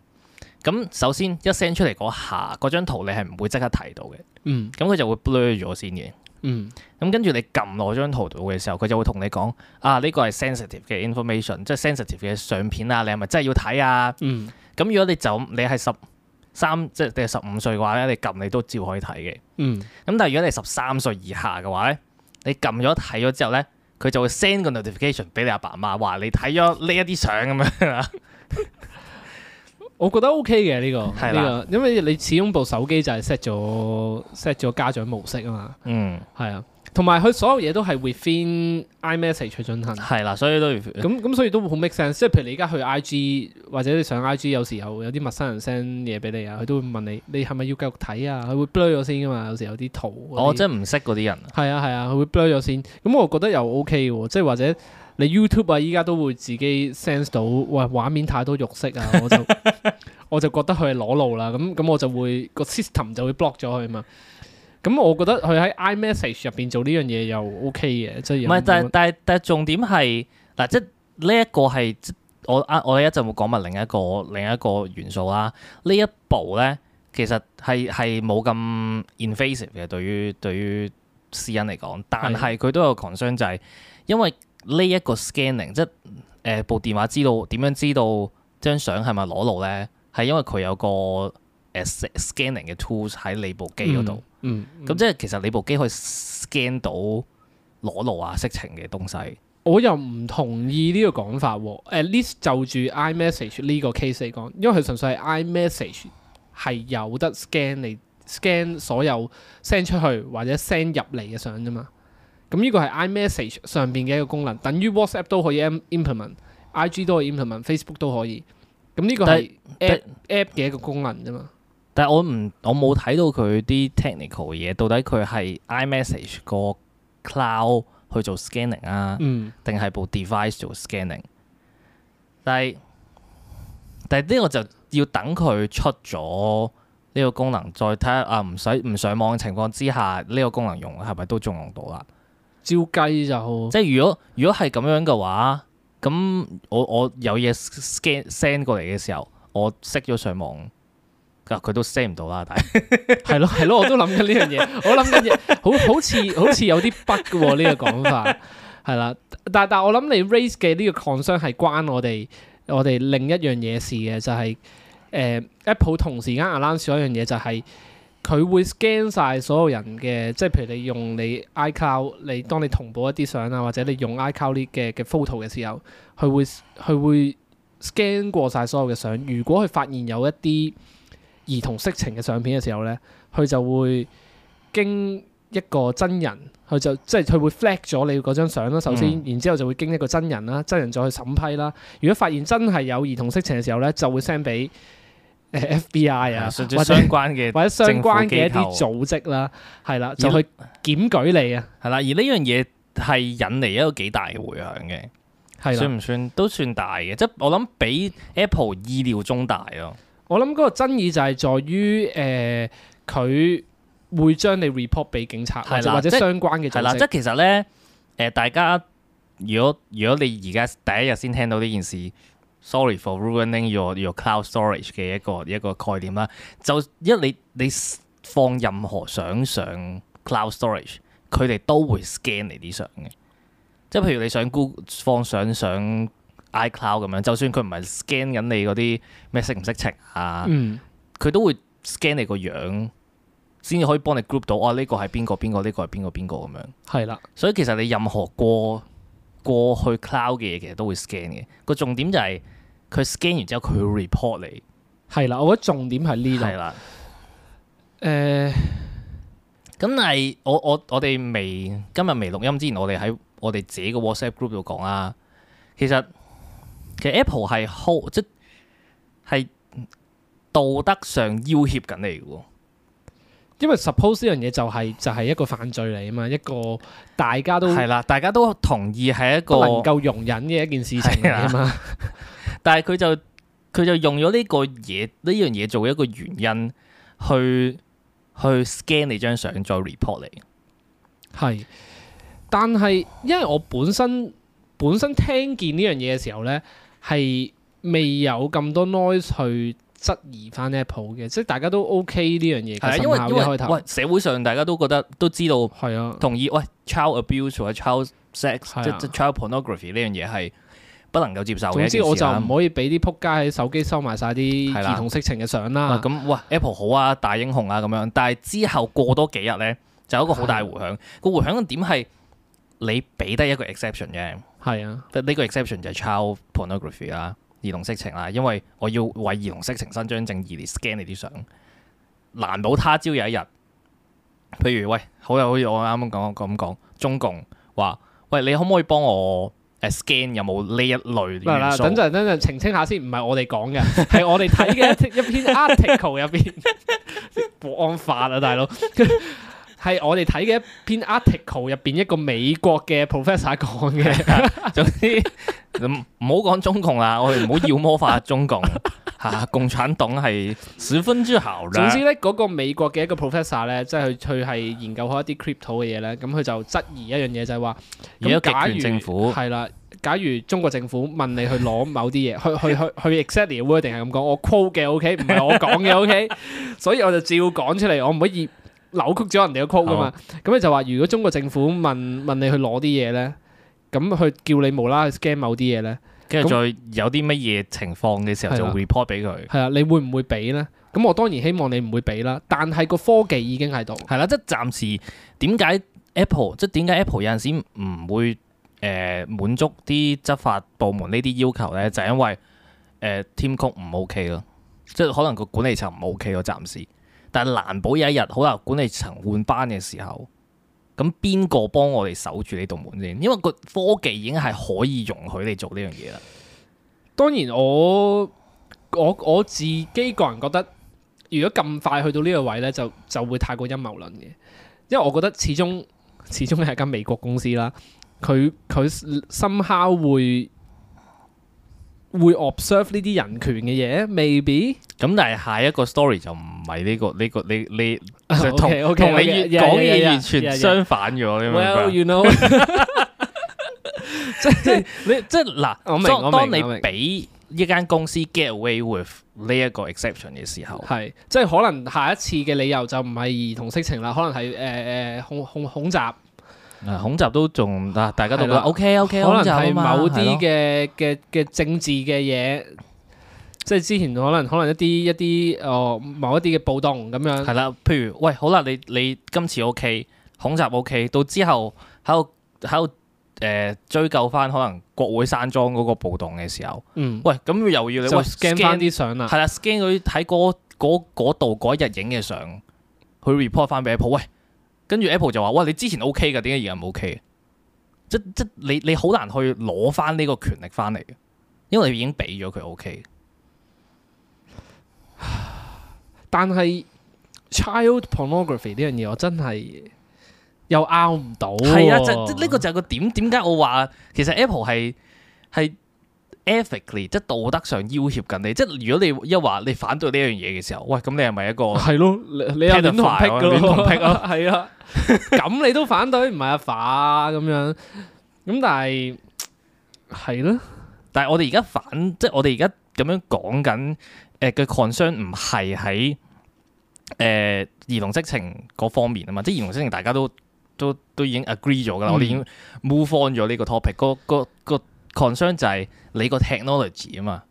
Speaker 1: 咁首先一 send 出嚟嗰下，嗰張圖你係唔會即刻睇到嘅，
Speaker 2: 嗯
Speaker 1: 咁佢就會 blur 咗先嘅。
Speaker 2: 嗯
Speaker 1: 咁跟住你撳落張圖度嘅時候，佢就會同你講啊，呢、個係 sensitive 嘅 information，即係 sensitive 嘅相片啊，你係咪真係要睇啊？
Speaker 2: 嗯。
Speaker 1: 咁如果你就你係十三，即係你係十五歲嘅話咧，你撳你都照可以睇嘅。
Speaker 2: 嗯，
Speaker 1: 咁但係如果你十三歲以下嘅話咧，你撳咗睇咗之後咧，佢就會 send 個 notification 俾你阿爸阿媽，話你睇咗呢一啲相咁樣啦。
Speaker 2: 我覺得 OK 嘅呢、個，
Speaker 1: 係啦
Speaker 2: 呢、個，因為你始終部手機就係 set 咗 set 咗家長模式啊嘛，
Speaker 1: 嗯，
Speaker 2: 係啊，同埋佢所有嘢都係 within iMessage 去進行，咁
Speaker 1: 係啦，所以都要
Speaker 2: 咁所以都好 make sense。即係譬如你而家去 IG 或者你上 IG，有時候有啲陌生人 send 嘢俾你啊，佢都會問你你係咪要繼續睇啊？佢會 blur 咗先噶嘛，有時有啲圖嗰啲。
Speaker 1: 我真哦係唔識嗰啲人啊。
Speaker 2: 係啊係啊，佢會 blur 咗先。咁我覺得又 OK 喎，即係或者你 YouTube 啊，依家都會自己 sense 到，哇畫面太多肉色啊，我就我就覺得佢係裸露啦。咁咁我就會個 system 就會 block 咗佢嘛。咁我覺得佢喺 iMessage 入邊做呢樣嘢又 OK 嘅，即係
Speaker 1: 唔
Speaker 2: 有
Speaker 1: 係，但係
Speaker 2: 冇
Speaker 1: 但係但係重點係嗱，即係呢一個係即我啊，我哋一陣會講埋另一個另一個元素啦。呢一步咧，其實係係冇咁 invasive 嘅，對於對於私隱嚟講，但係佢都有 concern 就係、因為呢一個 scanning，即係誒、呃部電話知道點樣知道張相係咪裸露咧？係因為佢有個誒 scanning 嘅 tools 喺你部機嗰度，，
Speaker 2: 嗯，嗯
Speaker 1: 咁即係其實你部機可以 scan 到裸露啊、色情嘅東西。
Speaker 2: 我又唔同意呢個講法喎。at least 就住 iMessage 呢個 case 嚟講，因為佢純粹係 iMessage 係有得 scan 你 scan 所有 send 出去或者 send 入嚟嘅相啫嘛。咁呢個係 iMessage 上邊嘅一個功能，等於 WhatsApp 都可以 im- implement、IG 都可以 implement，Facebook 都可以。咁呢個係 app app 嘅一個功能啫嘛。
Speaker 1: 但係我唔，我冇睇到佢啲 technical 嘢，到底佢係 iMessage 個 cloud 去做 scanning 啊，
Speaker 2: 嗯，
Speaker 1: 定係部 device 做 scanning？但係但係呢個就要等佢出咗呢個功能，再睇下啊，唔使唔上網嘅情況之下，呢、個功能用係咪都仲用到啦？
Speaker 2: 照計就
Speaker 1: 即係如果如果係咁樣嘅話，咁我我有嘢 scan send 過嚟嘅時候，我熄咗上網，啊佢都 send 唔到啦，但係
Speaker 2: 係咯係咯，我都諗緊呢樣嘢，我諗緊嘢，好好似好似有啲北嘅喎呢個講法，係啦。但但我諗你 raise 嘅呢個 concern 係關我哋我哋另一樣嘢事嘅，就係、誒 Apple 同時間 announce 咗一樣嘢，就係佢會 scan 晒所有人嘅，即係譬如你用你 iCloud，你當你同步一啲相啊，或者你用 iCloud 呢嘅嘅 photo 嘅時候，佢會佢會 scan 過晒所有嘅相。如果佢發現有一啲兒童色情嘅相片嘅時候咧，佢就會經一個真人，佢就即係佢會 flag 咗你嗰張相啦。首先，
Speaker 1: 嗯
Speaker 2: 然之後就會經一個真人啦，真人再去審批啦。如果發現真係有兒童色情嘅時候咧，就會 send 俾誒 FBI 啊，
Speaker 1: 甚至
Speaker 2: 或者
Speaker 1: 相關嘅
Speaker 2: 或者相關嘅一啲
Speaker 1: 政
Speaker 2: 組織啦，係啦，就
Speaker 1: 而
Speaker 2: 去檢舉你啊，
Speaker 1: 係啦，而呢樣嘢係引嚟一個幾大嘅迴響嘅，
Speaker 2: 係啦。
Speaker 1: 算唔算都算大嘅？即係我諗比 Apple 意料中大咯。
Speaker 2: 我諗嗰個爭議就係在於誒，佢、會將你 report 俾警察或
Speaker 1: 係
Speaker 2: 者
Speaker 1: 啦
Speaker 2: 或者
Speaker 1: 即係
Speaker 2: 相關
Speaker 1: 係
Speaker 2: 嘅組
Speaker 1: 啦，即
Speaker 2: 織
Speaker 1: 係。其實咧，誒、大家如果如果你而家第一日先聽到呢件事，sorry for ruining your your cloud storage 嘅一個一個概念啦，就一你你放任何相上 cloud storage，佢哋都會 scan 你啲相嘅，即係譬如你上 Google 放相上 iCloud 咁樣，就算佢唔係 scan 緊你嗰啲咩色唔色情啊。
Speaker 2: 嗯，
Speaker 1: 佢都會 scan 你個樣，先至可以幫你 group 到哦呢個係邊個邊個，呢個係邊個邊個咁樣。
Speaker 2: 係啦，
Speaker 1: 所以其實你任何過過去 cloud 嘅嘢，其實都會 scan 嘅。個重點就係佢 scan 完之後，佢會 report 你。
Speaker 2: 係啦。我覺得重點係呢度。
Speaker 1: 係
Speaker 2: 誒、
Speaker 1: 啦，咁但係我我我哋未今日未錄音之前，我哋喺我哋自己嘅 WhatsApp group 度講啦。其實其實 Apple 係 hold 即係道德上要挾緊你嘅喎。
Speaker 2: 因為 suppose 呢樣嘢就係、就係、一個犯罪嚟啊嘛，一個大家都
Speaker 1: 係啦，大家都同意係一個
Speaker 2: 不能夠容忍嘅一件事情嚟啊嘛。
Speaker 1: 但係佢就佢就用咗呢個嘢呢樣嘢做一個原因去去 scan 你張相再 report 你。
Speaker 2: 係，但係因為我本身本身聽見呢樣嘢嘅時候咧，係未有咁多 noise 去質疑翻 Apple 嘅，即係大家都 OK 呢樣嘢
Speaker 1: 係啊，
Speaker 2: 嘅。
Speaker 1: 因為
Speaker 2: 甚至
Speaker 1: 因
Speaker 2: 乎一開
Speaker 1: 為
Speaker 2: 頭
Speaker 1: 喂社會上大家都覺得都知道
Speaker 2: 係啊，
Speaker 1: 同意喂 child abuse 或者 child sex
Speaker 2: 係
Speaker 1: 即
Speaker 2: 啊
Speaker 1: 即 child pornography 呢樣嘢係不能夠接受嘅
Speaker 2: 總
Speaker 1: 一件
Speaker 2: 之我
Speaker 1: 事
Speaker 2: 就
Speaker 1: 啦。
Speaker 2: 唔可以俾啲撲街喺手機收埋晒啲
Speaker 1: 係啦
Speaker 2: 兒童色情嘅相
Speaker 1: 哇
Speaker 2: 啦。
Speaker 1: 咁哇 Apple 好啊，大英雄啊咁樣，但係之後過多幾日咧，就有一個好大迴響。個迴響嘅點係你俾得一個 exception 啫。
Speaker 2: 係啊，
Speaker 1: 呢個 exception 就係 child pornography 啦，兒童色情啦，因為我要為兒童色情伸張正義嚟 scan 你啲相，難保他朝有一日，譬如喂，好啦，好似我啱啱講咁講，中共話喂，你可唔可以幫我誒 scan 有冇呢一類
Speaker 2: 嗱
Speaker 1: 元
Speaker 2: 嗱，
Speaker 1: 素？
Speaker 2: 等陣等陣澄清下先，唔係我哋講嘅， 係我哋睇嘅一一篇 article 入邊， 國安法啊，大佬。係我哋睇嘅一篇 article 入邊一個美國嘅 professor 講嘅，
Speaker 1: 總之唔唔好講中共啦，我哋唔好妖魔化中共嚇、共產黨係十分之好啦。
Speaker 2: 總之咧嗰個美國嘅一個 professor 咧，即係佢佢係研究開一啲 crypto 嘅嘢咧，咁佢就質疑一樣嘢就係話，
Speaker 1: 而
Speaker 2: 咁
Speaker 1: 家極
Speaker 2: 假
Speaker 1: 權
Speaker 2: 如
Speaker 1: 政府
Speaker 2: 係啦，假如中國政府問你去攞某啲嘢，去去去去 exactly word 定係咁講，我 quote 嘅 OK，唔係我講嘅 OK，所以我就照講出嚟，我唔可以扭曲咗人哋嘅 quote 噶嘛。咁你就話，如果中國政府問問你去攞啲嘢咧，咁佢叫你無啦啦去 scan 某啲嘢咧，
Speaker 1: 跟住再有啲乜嘢情況嘅時候就
Speaker 2: 係啦
Speaker 1: report 俾佢。
Speaker 2: 係啊，你會唔會俾呢？咁我當然希望你唔會俾啦，但係個科技已經喺度，
Speaker 1: 係啦，即係暫時點解 Apple 即係點解 Apple 有陣時唔會誒、呃、滿足啲執法部門呢啲要求咧，就係因為誒、呃、team code 唔 OK 咯，即係可能個管理層唔 OK 咯，暫時。但係難保有一日好啦，管理層換班嘅時候，咁邊個幫我哋守住呢道門先？因為個科技已經係可以容許你做呢樣嘢啦。
Speaker 2: 當然我我我自己個人覺得，如果咁快去到呢個位呢，就就會太過陰謀論嘅，因為我覺得始終始終係間美國公司啦，佢佢 somehow 會會 observe 呢啲人權嘅嘢，maybe
Speaker 1: 咁但係下一個 story 就唔係呢個呢、個呢呢，
Speaker 2: 啊
Speaker 1: 就同
Speaker 2: OK，OK，OK，
Speaker 1: 同你越
Speaker 2: yeah，yeah，
Speaker 1: 講嘢
Speaker 2: yeah，yeah，
Speaker 1: 完全
Speaker 2: yeah，yeah
Speaker 1: 相反咗，你明唔明白
Speaker 2: well you know 即係
Speaker 1: 你即係嗱，
Speaker 2: 我明
Speaker 1: 當
Speaker 2: 我明
Speaker 1: 當
Speaker 2: 我
Speaker 1: 你
Speaker 2: 明
Speaker 1: 俾一間公司 get away with 呢一個 exception 嘅時候，
Speaker 2: 係，即係可能下一次嘅理由就唔係兒童色情啦，可能係誒誒恐恐恐襲，
Speaker 1: 啊恐襲都仲嗱，大家都覺
Speaker 2: 係
Speaker 1: 得
Speaker 2: 啦
Speaker 1: OK OK，
Speaker 2: 可能係某啲
Speaker 1: 嘅
Speaker 2: 嘅嘅嘅政治嘅嘢，即係之前可能可能一啲一啲哦某一啲嘅暴動咁樣，
Speaker 1: 係啦，譬如喂，好啦，你你今次 OK，恐襲 OK，到之後喺度喺度誒追究翻可能國會山莊嗰個暴動嘅時候，
Speaker 2: 嗯，
Speaker 1: 喂，咁又要你
Speaker 2: 就
Speaker 1: 喂
Speaker 2: scan 翻啲相啦，
Speaker 1: 係啦，scan 嗰啲睇嗰嗰嗰度嗰一日影嘅相，佢 report 翻俾 Apple，喂，跟住 Apple 就話：喂，你之前 OK 嘅，點解而家唔 OK 嘅？即即你你好難去攞翻呢個權力翻嚟嘅，因為你已經俾咗佢 OK。
Speaker 2: 但係 child pornography 呢樣嘢我真係又拗唔到喎，
Speaker 1: 係啊，就即呢個就係個點，點解我話其實 Apple 係係 ethically 即道德上要挾緊你，即如果你一話你反對呢樣嘢嘅時候，喂，咁你係咪一個？
Speaker 2: 係咯，你你又
Speaker 1: Pedophile 啊
Speaker 2: 戀童癖噶咯，
Speaker 1: 戀童癖咯，
Speaker 2: 係啊，咁你都反對，唔係阿啊法咁樣，咁但係係咯，
Speaker 1: 但係我哋而家反，即係我哋而家咁樣講緊，誒、嘅 concern 唔係喺誒兒童色情嗰方面啊嘛，即係兒童色情大家都都都已經 agree 咗㗎啦，
Speaker 2: 嗯
Speaker 1: 我哋已經 move on 咗呢個 topic，個個個 concern 就係你個 technology 啊嘛，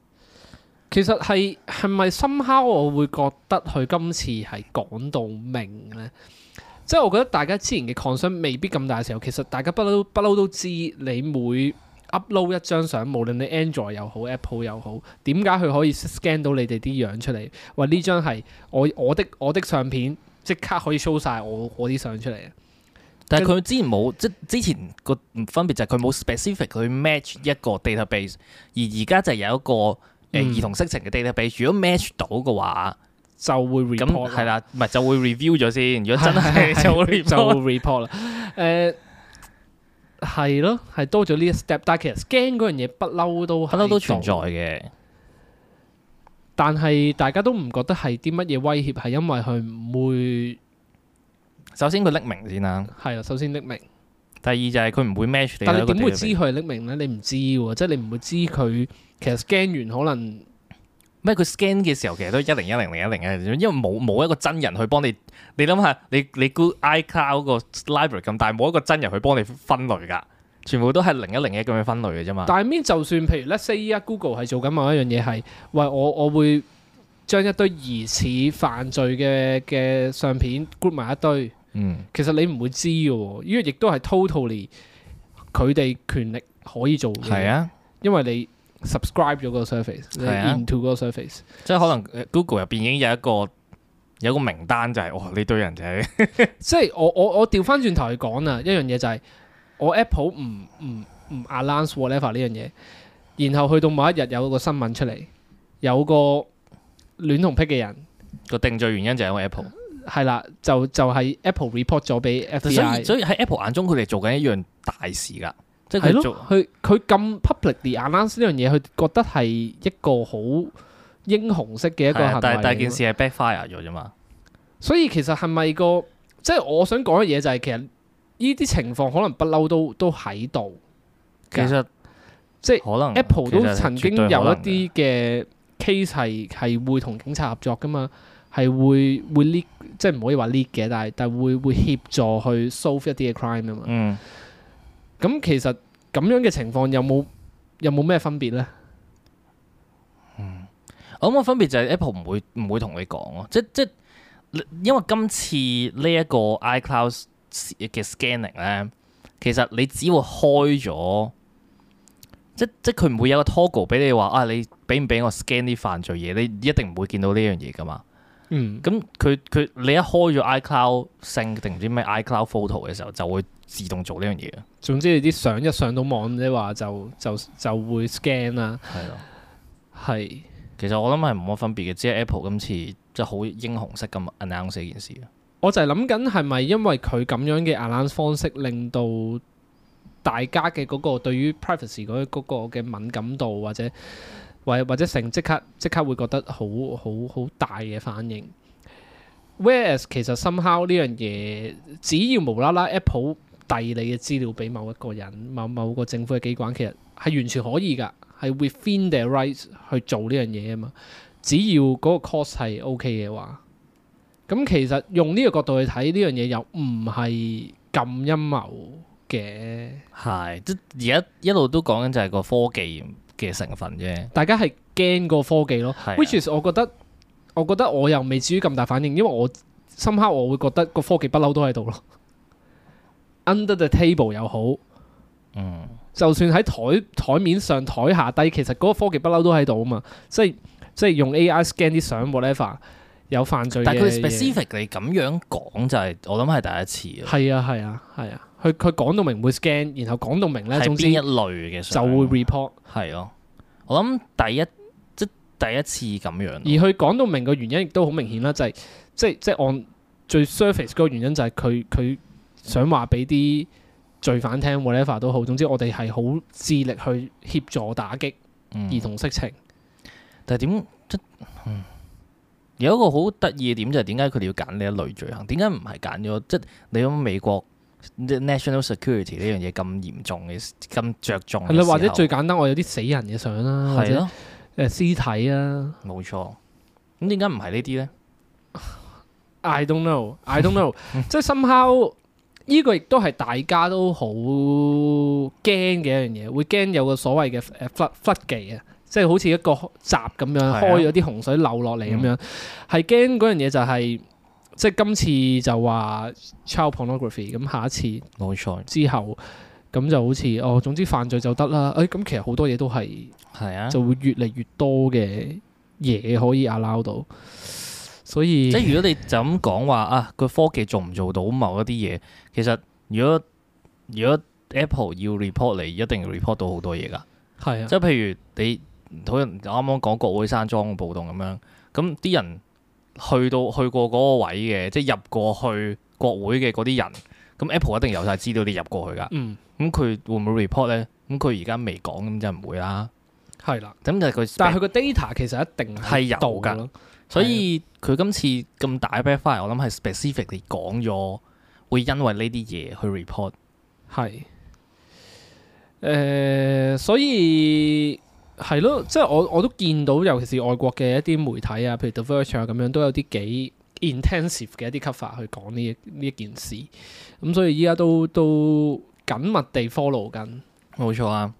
Speaker 2: 其實係係咪深刻？我會覺得佢今次係講到明咧，即係我覺得大家之前嘅 concern 未必咁大嘅時候，其實大家不嬲不嬲都知，你每 upload 一張相，無論你 Android 又好，Apple 又好，點解佢可以 scan 到你哋啲樣出嚟？話呢張係我我的我的相片，即刻可以 show 晒我我啲相出嚟。
Speaker 1: 但係佢之前冇，即係之前個分別就係佢冇 specific 去 match 一個 database，而而家就有一個誒、呃、
Speaker 2: 嗯
Speaker 1: 兒童色情嘅 database，如果 match 到嘅話。
Speaker 2: 就會 report
Speaker 1: 咁係啦，唔係就會 review 咗先。如果真 係就會 report
Speaker 2: 就會 report 啦。誒係咯，係多咗呢一 step，但係其實 scan 嗰樣嘢不嬲都
Speaker 1: 不
Speaker 2: 不
Speaker 1: 嬲都存在，嘅，
Speaker 2: 但係大家都唔覺得係啲乜嘢威脅，係因為佢唔
Speaker 1: 首先佢匿名先啦，
Speaker 2: 會係啦。首先匿名，
Speaker 1: 第二就係佢唔會 match 你
Speaker 2: 但
Speaker 1: 喺個地
Speaker 2: 係你點
Speaker 1: 裏
Speaker 2: 會知
Speaker 1: 邊。
Speaker 2: 佢係匿名咧？你唔知喎，即係你唔會知佢其實 scan 完可能
Speaker 1: 咩？佢 scan 嘅時候其實都一零一零零一零嘅，因為冇冇一個真人去幫你。你諗下，你你 Google iCloud 個 library 咁大，冇一個真人去幫你分類㗎，全部都係零一零一咁樣分類嘅啫嘛。
Speaker 2: 但係面就算譬如 let's say 依家 Google 係做緊某一樣嘢係，喂我我會將一堆疑似犯罪嘅嘅相片 group 埋一堆。
Speaker 1: 嗯，
Speaker 2: 其實你唔會知嘅喎，呢個亦都係 totally 佢哋權力可以做嘅。
Speaker 1: 係，啊，
Speaker 2: 因為你 subscribe 咗個 service，你
Speaker 1: 係啊
Speaker 2: into 嗰個 service，
Speaker 1: 即係可能呃 Google 入邊已經有一個有一個名單，就係哇呢堆人就係
Speaker 2: 即係我我我調翻轉頭去講啊，一樣嘢就係、我 Apple 唔唔唔 announce whatever 呢樣嘢，然後去到某一日有個新聞出嚟，有個戀童癖嘅人
Speaker 1: 個定罪原因就係因為 Apple。
Speaker 2: 係啦，就就係、Apple report 咗俾
Speaker 1: 所以
Speaker 2: FBI。
Speaker 1: 所以喺 Apple 眼中，佢哋做緊一樣大事㗎，即係
Speaker 2: 係
Speaker 1: 佢
Speaker 2: 咯
Speaker 1: 做，
Speaker 2: 佢佢咁 publicly announce 呢樣嘢，佢覺得係一個好英雄式嘅一個
Speaker 1: 係啊
Speaker 2: 行為嚟㗎
Speaker 1: 但
Speaker 2: 嘛。
Speaker 1: 係但係件事係 backfire 咗啫嘛。
Speaker 2: 所以其實係咪個即係我想講嘅嘢就係其實呢啲情況可能不嬲都都喺度。
Speaker 1: 其實
Speaker 2: 即係
Speaker 1: 可能嗯
Speaker 2: Apple
Speaker 1: 其
Speaker 2: 都
Speaker 1: 實
Speaker 2: 曾經
Speaker 1: 絕
Speaker 2: 有
Speaker 1: 對
Speaker 2: 一
Speaker 1: 可能嘅
Speaker 2: 啲嘅 case 係係會同警察合作噶嘛，係會會 lead 即係唔可以話 lead 嘅，但係但係會會協助去 solve 一啲嘅 crime 啊嘛。
Speaker 1: 嗯
Speaker 2: 咁其實咁樣嘅情況有冇有冇咩分別咧？
Speaker 1: 我諗個分別就係 Apple 唔會唔會同你講咯，即即因為今次呢一個 iCloud 嘅 scanning 咧，其實你只會開咗，即即佢唔會有個 toggle 俾你話啊，你俾唔俾我 scan 啲犯罪嘢？你一定唔會見到呢樣嘢噶嘛。
Speaker 2: 嗯，
Speaker 1: 咁佢佢你一開咗 iCloud sync 定唔知咩 iCloud photo 嘅時候，就會自動做呢樣嘢嘅。啊
Speaker 2: 總之你啲相一上到網嘅話就就就會 scan 啦，
Speaker 1: 係咯，
Speaker 2: 係
Speaker 1: 其實我諗係冇乜分別嘅，只係 Apple 今次即係好英雄式咁 announce 呢件事。啊
Speaker 2: 我就係諗緊係咪因為佢咁樣嘅 announce 方式，令到大家嘅嗰個對於 privacy 嗰嗰個嘅敏感度，或者或或者成即刻即刻會覺得好好好大嘅反應。Whereas 其實 somehow 呢樣嘢，只要無啦啦 Apple 遞你嘅資料俾某一個人、某某個政府嘅機關，其實係完全可以㗎，係 within their rights 去做呢樣嘢啊嘛。只要嗰個 cost 係 OK 嘅話。咁其實用呢個角度去睇呢樣嘢，又唔係咁陰謀嘅。
Speaker 1: 係，即而家一路都講緊就係個科技嘅成分啫。
Speaker 2: 大家係驚個科技咯
Speaker 1: 係啊
Speaker 2: ，which is 我覺得，我覺得我又未至於咁大反應，因為我深刻我會覺得個科技不嬲都喺度咯。Under the table 又好，
Speaker 1: 嗯，
Speaker 2: 就算喺台台面上、台下低，其實嗰個科技不嬲都喺度啊嘛。即係即係用 AI scan 啲相 whatever 有犯罪嘅
Speaker 1: 但係佢
Speaker 2: 嘢
Speaker 1: specific 你咁樣講就係、我諗係第一次啊。
Speaker 2: 係啊係啊係啊，佢佢講到明會 scan，然後講到明咧，
Speaker 1: 係
Speaker 2: 總之
Speaker 1: 邊一。類嘅啊哦
Speaker 2: 就
Speaker 1: 相
Speaker 2: 會 report。
Speaker 1: 係咯。我諗第一即第一次咁樣
Speaker 2: 而
Speaker 1: 咯，
Speaker 2: 佢講到明個原因，亦都好明顯啦，就係即係即係按最 surface 嗰個原因就係佢佢想話俾啲罪犯聽 whatever 都好，總之我哋係好致力去協助打擊
Speaker 1: 嗯
Speaker 2: 兒童色情。
Speaker 1: 但係點即、嗯有一個好得意嘅點就係點解佢哋要揀呢一類罪行？點解唔係揀咗即你諗美國 national security 呢樣嘢咁嚴重嘅咁着重嘅
Speaker 2: 係啦，或者
Speaker 1: 嗯時候
Speaker 2: 最簡單，我有啲死人嘅相啦，或
Speaker 1: 係
Speaker 2: 者
Speaker 1: 咯，
Speaker 2: 誒屍體啊。
Speaker 1: 冇錯。咁點解唔係呢啲咧？
Speaker 2: I don't know，I don't know，即係 somehow 呢個亦都係大家都好驚嘅一樣嘢，會驚有個所謂嘅誒 flood flood 技啊，即係好似一個閘咁樣
Speaker 1: 係啊嗯
Speaker 2: 開咗啲洪水流落嚟咁樣，係驚嗰樣嘢就係、即係今次就話 child pornography，咁下一次
Speaker 1: 冇錯，
Speaker 2: 之後咁就好似哦，總之犯罪就得啦，誒、咁其實好多嘢都係。
Speaker 1: 係啊。
Speaker 2: 就會越嚟越多嘅嘢可以 allow 到，所以
Speaker 1: 即係如果你就咁講話啊，個科技做唔做到某一啲嘢，其實如果如果 Apple 要 report 你，一定要 report 到好多嘢㗎。
Speaker 2: 係啊
Speaker 1: 即，係譬如你好似啱啱講國會山莊嘅暴動咁樣，咁啲人去到去過嗰個位嘅，即係入過去國會嘅嗰啲人，咁 Apple 一定有晒資料你入過去㗎。
Speaker 2: 嗯，
Speaker 1: 咁佢會唔會 report 咧？咁佢而家未講，咁就唔會啦。
Speaker 2: 係啦。
Speaker 1: 咁就係佢，
Speaker 2: 但係佢個啊 data 其實一定
Speaker 1: 係有
Speaker 2: 度
Speaker 1: 㗎
Speaker 2: 咯，
Speaker 1: 所以佢今次咁大嘅 back fire，我諗係 specifically 講咗，會因為呢啲嘢去 report。
Speaker 2: 係。誒、所以係咯，即係我我都見到，尤其是外國嘅一啲媒體啊，譬如 The Verge 啊咁樣，都有啲幾 intensive 嘅一啲 cover 去講呢一呢一件事。咁所以依家都都緊密地 follow 緊。
Speaker 1: 冇錯啊！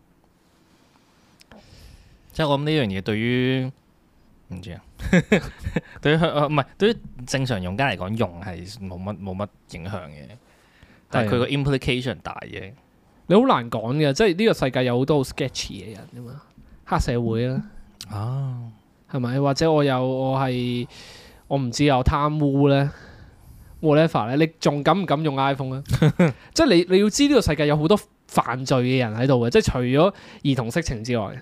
Speaker 1: 即係我諗呢樣嘢對於唔知啊， 對於香呃唔係對於正常用家嚟講，用係冇乜冇乜影響嘅，但係佢個啊 implication 大嘅。
Speaker 2: 你好難講嘅，即係呢個世界有好多好 sketchy 嘅人啊嘛，黑社會啦，
Speaker 1: 啊，
Speaker 2: 係咪？或者我有我係我唔知啊，我貪污咧，whatever 咧，你仲敢唔敢用 iPhone 啊？即係你你要知呢個世界有好多犯罪嘅人喺度嘅，即係除咗兒童色情之外，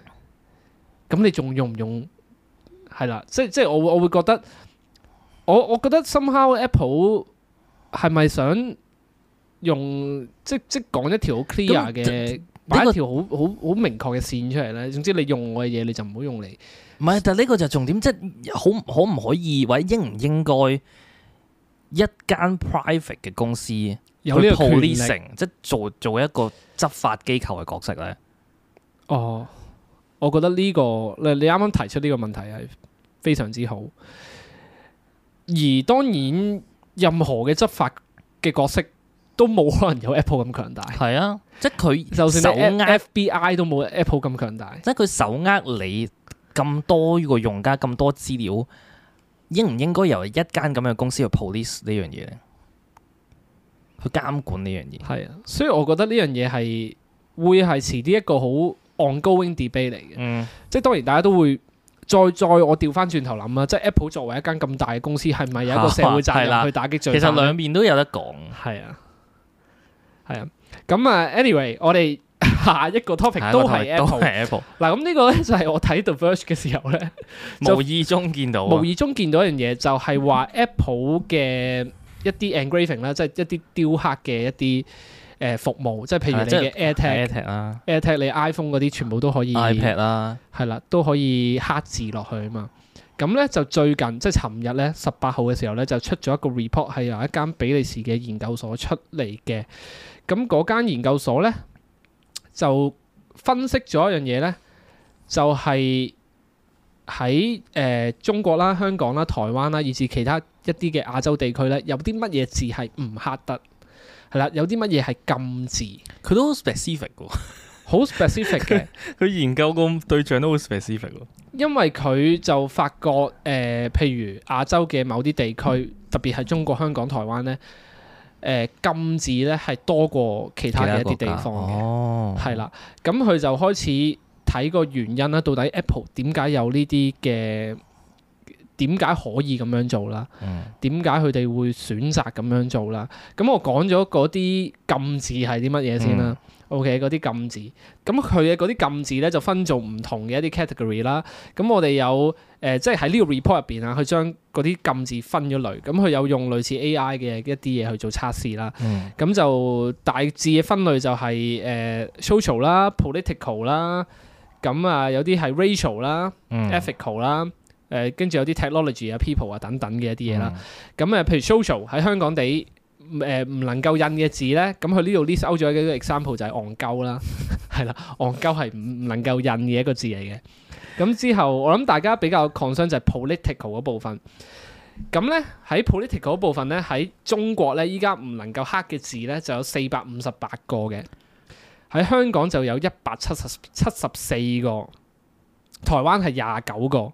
Speaker 2: 咁你仲用唔用？係啦，即係即係我會我會覺得，我我覺得 somehow Apple 係咪想用即即講一條好 clear 嘅，擺一條好好好明確嘅線出嚟咧？總之你用我嘅嘢，你就唔好用你。
Speaker 1: 唔係，但係呢個就係重點，即係好可唔可以或者應唔應該一間 private 嘅公司去
Speaker 2: 有呢個權力
Speaker 1: policing，即係做做一個執法機構嘅角色咧？
Speaker 2: 哦，我覺得呢、個你你啱啱提出呢個問題係非常之好，而當然任何嘅執法嘅角色都冇可能有 Apple 咁強大。
Speaker 1: 係啊，即係佢
Speaker 2: 就
Speaker 1: 手
Speaker 2: 算你
Speaker 1: 握
Speaker 2: FBI 都冇 Apple 咁強大。
Speaker 1: 即係佢手握你咁多個用家咁多資料，應唔應該由一間咁嘅公司去 police 呢樣嘢咧？去監管呢樣嘢，
Speaker 2: 係啊，所以我覺得呢樣嘢係會係遲啲一個好 ongoing debate 嚟嘅。
Speaker 1: 嗯，
Speaker 2: 即係當然大家都會再再我調翻轉頭諗啊啦，即係 Apple 作為一間咁大嘅公司，係咪有 一個社會責
Speaker 1: 係啦
Speaker 2: 任去打擊
Speaker 1: 其
Speaker 2: 罪
Speaker 1: 實
Speaker 2: 犯呢？
Speaker 1: 兩邊都有得講。
Speaker 2: 係啊，係啊。咁啊，anyway，我哋 下一個 topic 都係
Speaker 1: 都
Speaker 2: Apple。
Speaker 1: 係 Apple，
Speaker 2: 嗱，咁呢個咧就係我睇 The Verge 嘅時候咧，就
Speaker 1: 無意中見到啊，
Speaker 2: 無意中見到一樣嘢，就係 話 Apple 嘅一啲 engraving 啦，即係一啲雕刻嘅一啲誒服務，即係譬如
Speaker 1: 係啊即
Speaker 2: 你嘅 AirTag、
Speaker 1: iPad 啦
Speaker 2: AirTag、你 iPhone 嗰啲，全部都可以。
Speaker 1: ，iPad 啊啦，
Speaker 2: 係啦，都可以刻字落去啊嘛。咁咧就最近即係尋日咧十八號嘅時候咧就出咗一個 report 係由一間比利時嘅研究所出嚟嘅。咁嗰間研究所咧就分析咗一樣嘢咧，就係喺誒中國啦、香港啦、台灣啦，以至其他一啲嘅亞洲地區咧，有啲乜嘢字係唔刻得，係啦，有啲乜嘢係禁字，
Speaker 1: 佢都好 specific 喎，
Speaker 2: 好 specific 嘅。
Speaker 1: 佢研究個對象都好 specific 喎。
Speaker 2: 因為佢就發覺誒、呃譬如亞洲嘅某啲地區，特別係中國香港、台灣咧，誒、禁止咧係多過其他嘅一啲地方嘅，
Speaker 1: 哦，
Speaker 2: 係啦、咁佢就開始睇個原因啦，到底 Apple 點解有呢啲嘅？點解可以咁樣做啦？
Speaker 1: 嗯
Speaker 2: 點解佢哋會選擇咁樣做啦？咁我講咗嗰啲禁止係啲乜嘢先啦。OK，嗰啲禁止，咁佢嘅嗰啲禁止咧就分做唔同嘅一啲 category 啦。咁我哋有誒、呃即係喺呢個 report 入邊啊，佢將嗰啲禁止分咗類。咁佢有用類似 AI 嘅一啲嘢去做測試啦。
Speaker 1: 嗯
Speaker 2: 咁就大致嘅分類就係、誒、social 啦、political 啦，咁啊有啲係 racial 啦、
Speaker 1: 嗯
Speaker 2: ethical 啦，誒跟住有啲 technology 啊、people 啊等等嘅一啲嘢啦。
Speaker 1: 嗯
Speaker 2: 咁呃誒，譬如 social 喺香港地誒唔能夠印嘅字咧，咁佢呢度 list out 咗一個 example 就係戇鳩啦， 係啦，戇鳩係唔唔能夠印嘅一個字嚟嘅。咁之後我諗大家比較 concern 就係 political 嗰部分。咁咧喺 political 嗰部分咧，喺中國咧依家唔能夠刻嘅字咧就有四百五十八個嘅，喺香港就有一百七十七十四個，台灣係廿九個，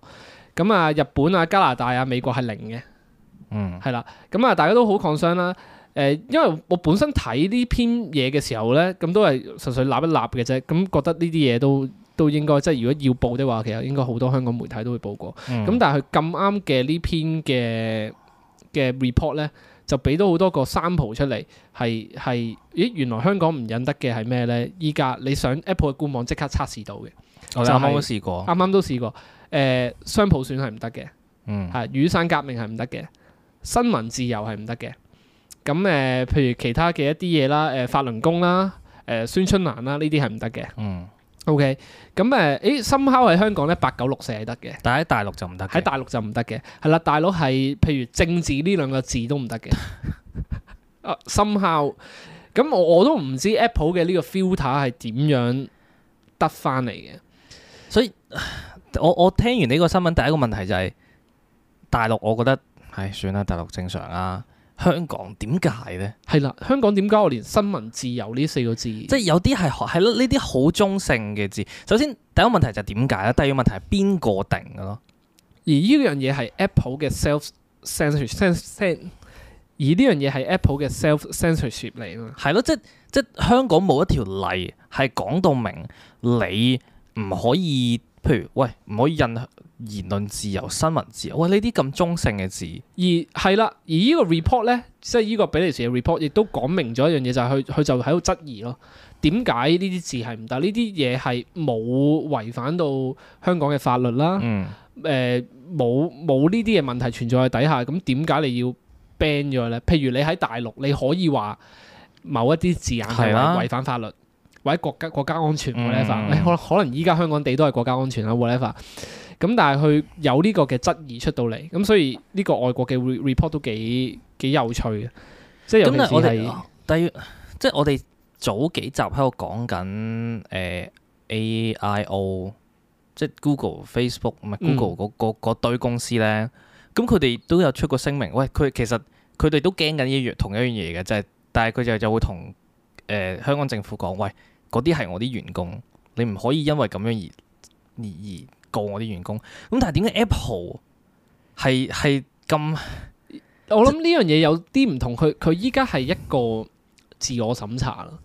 Speaker 2: 咁啊日本啊加拿大啊美國係零嘅。
Speaker 1: 嗯
Speaker 2: 係啦，咁啊，大家都好 concern 啦。誒、因為我本身睇呢篇嘢嘅時候咧，咁都係純粹立一立嘅啫。咁覺得呢啲嘢都都應該，即係如果要報的話，其實應該好多香港媒體都會報過。
Speaker 1: 嗯，
Speaker 2: 咁、但係佢咁啱嘅呢篇嘅嘅 report 咧，就俾到好多個 sample 出嚟，係係，咦，原來香港唔忍得嘅係咩咧？依家你上 Apple 嘅官網即刻測試到嘅，
Speaker 1: 我哋
Speaker 2: 就
Speaker 1: 啱啱
Speaker 2: 係
Speaker 1: 都試過，
Speaker 2: 啱啱都試過。誒、雙普選係唔得嘅。
Speaker 1: 嗯
Speaker 2: 係啊雨傘革命係唔得嘅，新聞自由係唔得嘅。咁誒、呃譬如其他嘅一啲嘢啦，誒、呃法輪功啦，誒、孫春蘭啦，呢啲係唔得嘅。
Speaker 1: 嗯，
Speaker 2: OK，咁誒，誒深烤喺香港咧，八九六四係得嘅，
Speaker 1: 但係喺大陸就唔得嘅，
Speaker 2: 喺大陸就唔得嘅。係啦，大陸係譬如政治呢兩個字都唔得嘅。 啊，深烤，咁我我都唔知 Apple 嘅呢個 filter 係點樣得翻嚟嘅。
Speaker 1: 所以 我我聽完呢個新聞，第一個問題就係、大陸，我覺得唉算啦，大陸正常啊。香港點解呢？
Speaker 2: 係啦，香港點解我連新聞自由呢四個字，即
Speaker 1: 即係有啲係學係咯，呢啲好中性嘅字。首先第一個問題就係點解咧？第二個問題係邊個定嘅咯？
Speaker 2: 而呢樣嘢係 Apple 嘅 self censorship，而呢樣嘢係 Apple 嘅 self censorship 嚟啊嘛。
Speaker 1: 係咯，即即香港冇一條例係講到明你唔可以，譬如喂唔可以印言論自由、新聞自由，喂呢啲咁中性嘅字，
Speaker 2: 而係啦，而呢個 report 咧，即係呢個比利時嘅 report，亦都講明咗一樣嘢，就係佢佢就喺度質疑咯，點解呢啲字係唔得？呢啲嘢係冇違反到香港嘅法律啦。
Speaker 1: 嗯，
Speaker 2: 誒呃冇冇呢啲嘅問題存在喺底下，咁點解你要 ban 咗咧？譬如你喺大陸，你可以話某一啲字眼係
Speaker 1: 係啦
Speaker 2: 違反法律，或者國家國家安全
Speaker 1: 嗯
Speaker 2: whatever，可能可能依家香港地都係國家安全啦 whatever。咁但係佢有呢個嘅質疑出到嚟，咁所以呢個外國嘅 re- report 都幾幾有趣嘅，即係
Speaker 1: 咁
Speaker 2: 尤其
Speaker 1: 但係我
Speaker 2: 是
Speaker 1: 哋
Speaker 2: 係
Speaker 1: 第二即係我哋早幾集喺度講緊呃誒 AIO，即係 Google、Facebook 唔係
Speaker 2: 嗯
Speaker 1: Google 嗰嗰嗰堆公司咧，咁佢哋都有出過聲明，喂佢其實佢哋都驚緊一樣同一樣嘢嘅，就係但係佢就就會同誒、呃香港政府講，喂，嗰啲係我啲員工，你唔可以因為咁樣而而而告我啲員工。咁但係點解 Apple 係係咁
Speaker 2: 我諗呢樣嘢有啲唔同，佢佢依家係一個自我審查啦，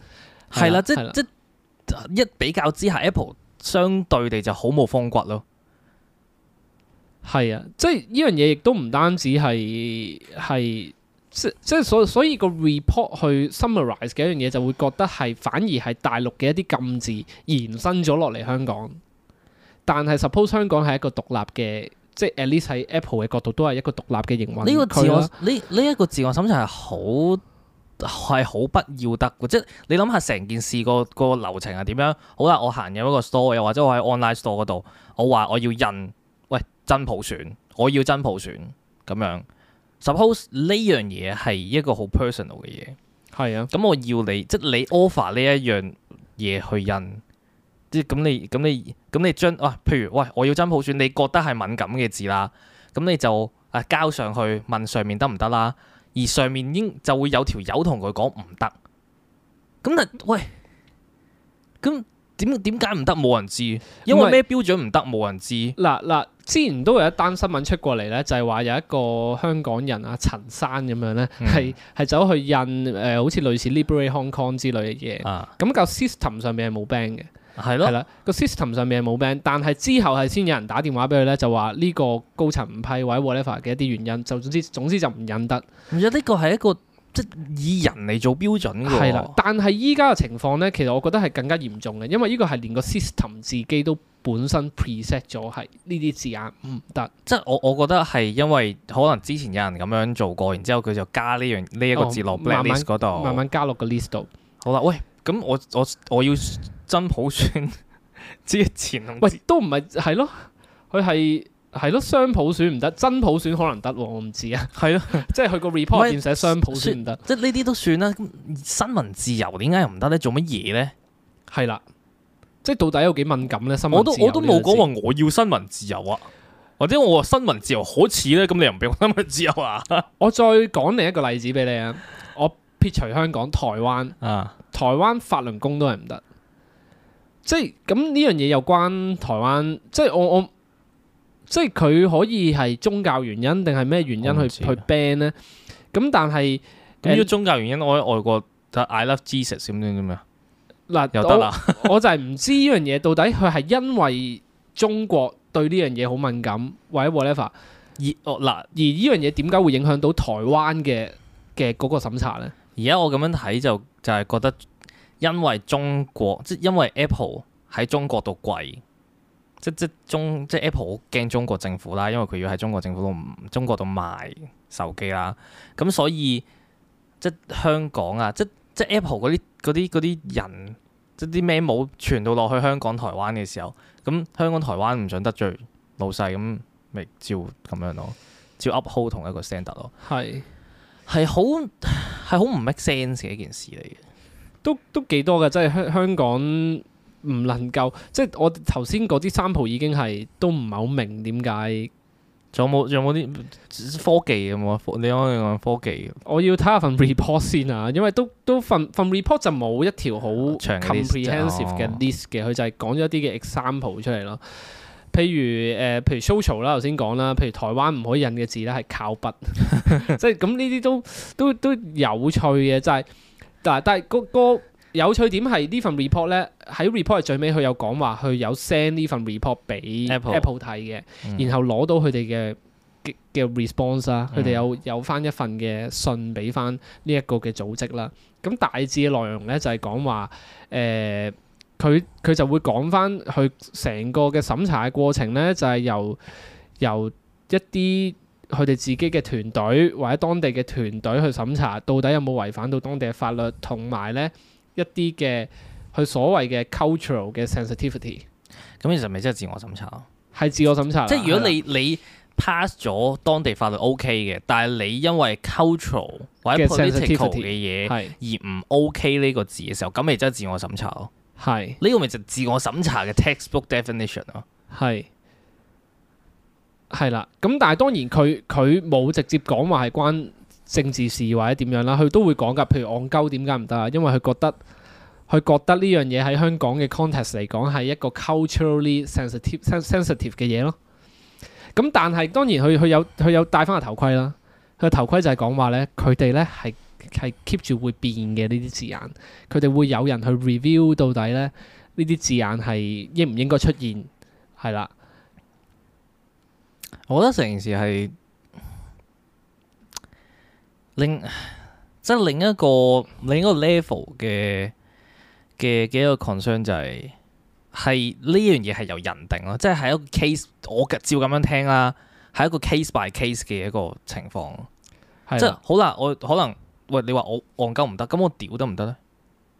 Speaker 1: 係啦？即
Speaker 2: 係啦
Speaker 1: 即一比較之下，Apple 相對地就好冇風骨咯。
Speaker 2: 係啊，即係呢樣嘢亦都唔單止係係即即係所所以個 report 去 summarize 嘅一樣嘢就會覺得係反而係大陸嘅一啲禁止延伸咗落嚟香港，但係 suppose 香港係一個獨立嘅，即係 at least 喺 Apple 嘅角度都係一個獨立嘅營運
Speaker 1: 呢個自
Speaker 2: 區
Speaker 1: 我
Speaker 2: 啦
Speaker 1: 呢呢一個自我審查係好係好不要得嘅，即係你諗下成件事個個流程係點樣？好啦，我行入一個 store，又或者我喺 online store 嗰度，我話我要印，喂真普選，我要真普選咁樣。Suppose 呢樣嘢係一個好 personal 嘅嘢，
Speaker 2: 係啊，
Speaker 1: 咁我要你即係你 offer 呢一樣嘢去印，即係咁你咁你咁你將哇、譬如喂我要真普選，你覺得係敏感嘅字啦，咁你就啊交上去問上面得唔得啦，而上面應就會有條友同佢講唔得，咁但喂咁點點解唔得冇人知，因為
Speaker 2: 唔係
Speaker 1: 咩標準唔得冇人知，
Speaker 2: 嗱嗱，之前都有一單新聞出過嚟咧，就係、話有一個香港人啊陳生咁樣咧，
Speaker 1: 嗯
Speaker 2: 係係走去印誒、呃好似類似 Liberate Hong Kong 之類嘅嘢，
Speaker 1: 啊
Speaker 2: 咁個 system 上面係冇 ban 嘅，
Speaker 1: 係
Speaker 2: 係
Speaker 1: 咯，
Speaker 2: 啦，個 system 上面係冇 ban，但係之後係先有人打電話俾佢咧，就話呢個高層唔批或者 whatever 嘅一啲原因，就總之總之就唔印得，
Speaker 1: 唔知呢個係一個即係以人嚟做標準㗎喎，
Speaker 2: 係啦。但係依家嘅情況咧，其實我覺得係更加嚴重嘅，因為呢個係連個 system 自己都本身 preset 咗係呢啲字眼唔得。
Speaker 1: 即係我我覺得係因為可能之前有人咁樣做過，然之後佢就加呢樣呢一個字落
Speaker 2: 哦慢慢
Speaker 1: blacklist 嗰度。
Speaker 2: 慢慢加落個 list 度。
Speaker 1: 好啦，喂，咁我我我要真普選 之前同
Speaker 2: 喂，都唔係係咯，佢係係咯，雙普選唔得，真普選可能得喎，我唔知啊。
Speaker 1: 係咯，
Speaker 2: 即係佢個 report 入邊寫雙普選唔得，
Speaker 1: 即係呢啲都算啦。咁新聞自由點解又唔得咧？做乜嘢咧？
Speaker 2: 係啦。即係到底有幾敏感咧？新聞
Speaker 1: 我都
Speaker 2: 自由
Speaker 1: 我都冇
Speaker 2: 呢樣
Speaker 1: 講
Speaker 2: 事
Speaker 1: 話我要新聞自由啊，或者我話新聞自由可恥咧，咁你又唔俾我新聞自由啊？
Speaker 2: 我再講另一個例子俾你啊！我撇除香港、台灣，
Speaker 1: 啊，
Speaker 2: 台灣法輪功都係唔得。即係咁呢樣嘢有關台灣，即係我我即係佢可以係宗教原因定係咩原因
Speaker 1: 我
Speaker 2: 去
Speaker 1: 唔知啊
Speaker 2: 去 ban 咧？咁但係
Speaker 1: 咁呢
Speaker 2: 誒
Speaker 1: 個宗教原因，我喺外國就 I love Jesus 咁樣點啊？
Speaker 2: 嗱，
Speaker 1: 又得啦，
Speaker 2: 我就係唔知呢樣嘢到底佢係因為中國對呢樣嘢好敏感，或者 whatever，
Speaker 1: 而哦嗱。
Speaker 2: 而呢樣嘢點解會影響到台灣嘅嘅嗰個審查咧？
Speaker 1: 而家我咁樣睇就就係覺得，因為中國即係因為 Apple 喺中國度貴，即即中即 Apple 好驚中國政府啦，因為佢要喺中國政府度唔中國度賣手機啦，咁所以即香港啊，即即 Apple 嗰啲嗰啲嗰啲人，即啲咩冇傳到落去香港、台灣嘅時候，咁香港、台灣唔準得罪老細，咁咪照咁樣咯，照 uphold 同一個 standard 咯。
Speaker 2: 係
Speaker 1: 係好係好唔 make sense 嘅一件事嚟嘅。
Speaker 2: 都都幾多嘅，即係香香港唔能夠，即係我頭先嗰啲三鋪已經係都唔係好明點解。
Speaker 1: 仲有冇仲有冇啲科技有冇啊？科你可以講科技
Speaker 2: 我要睇下
Speaker 1: 嗯
Speaker 2: 份 report 先啊，因為都都份份 report 就冇一條好
Speaker 1: 長哦嘅 list，
Speaker 2: comprehensive 嘅
Speaker 1: 哦
Speaker 2: list 嘅，佢就係講咗一啲嘅 example 出嚟咯。譬如誒、呃譬如 social 啦，頭先講啦，譬如台灣唔可以印嘅字咧係靠 筆，即係咁呢啲都都都有趣嘅，就係、嗱，但係個個有趣點係呢份 report 咧，喺 report 嘅最尾佢有講話，佢有 send 呢份 report 俾
Speaker 1: Apple
Speaker 2: 睇嘅，
Speaker 1: 嗯
Speaker 2: 然後攞到佢哋嘅嘅嘅 response 啦，佢哋
Speaker 1: 嗯
Speaker 2: 有有翻一份嘅信俾翻呢一個嘅組織啦。咁大致嘅內容咧就係講話誒，佢佢就會講翻佢成個嘅審查嘅過程咧，就係由由一啲。佢哋自己嘅團隊或者當地嘅團隊去審查，到底有冇違反到當地嘅法律，同埋咧一啲嘅佢所謂嘅 cultural 嘅 sensitivity
Speaker 1: 咁其實咪即係自我審查咯。
Speaker 2: 係自我審查啦。
Speaker 1: 即啊係如果
Speaker 2: 係
Speaker 1: 你你 pass 咗當地法律 OK 嘅，但係你因為 cultural 或者
Speaker 2: 嘅
Speaker 1: political
Speaker 2: sensitivity
Speaker 1: 嘅嘢
Speaker 2: 啦係
Speaker 1: 而唔 OK 呢個字嘅時候，咁咪即係自我審查咯。
Speaker 2: 係
Speaker 1: 呢個咪就係自我審查嘅 textbook definition 咯。
Speaker 2: 係係啦，咁但係當然佢佢冇直接講話係關政治事或者點樣啦，佢都會講㗎。譬如戇鳩點解唔得啊？因為佢覺得佢覺得呢樣嘢喺香港嘅 context 嚟講係一個 culturally sensitive sen- sensitive 嘅嘢咯。咁但係當然佢佢有佢有戴翻個頭盔啦。佢個頭盔就係講話咧，佢哋咧係係 keep 住會變嘅呢啲字眼，佢哋會有人去 review 到底咧呢啲字眼係應唔應該出現，係啦。
Speaker 1: 我覺得成件事係另即係另一個另一個 level 嘅嘅嘅一個 concern 就係係呢樣嘢係由人定咯，即係係一個 case 我嘅照咁樣聽啦，係一個 case by case 嘅一個情況，
Speaker 2: 係啊
Speaker 1: 即
Speaker 2: 啦
Speaker 1: 係好啦，我可能喂你話我戇鳩唔得，咁我屌得唔得咧？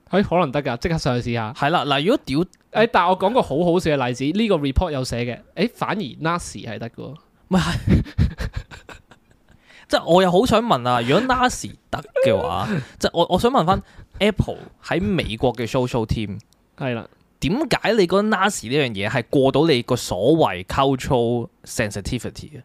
Speaker 2: 誒可能得㗎，即刻上去試下。
Speaker 1: 係啦，嗱如果屌
Speaker 2: 誒、但係我講個好好笑嘅例子，呢、個 report 有寫嘅，誒、反而 Nas 係得嘅喎，
Speaker 1: 即係我又好想問啊，如果 NAS 得嘅話，即係我我想問翻 Apple 喺美國嘅 social team。
Speaker 2: 係啦，
Speaker 1: 點解你覺得 NAS 呢樣嘢係過到你個所謂 cultural sensitivity 嘅？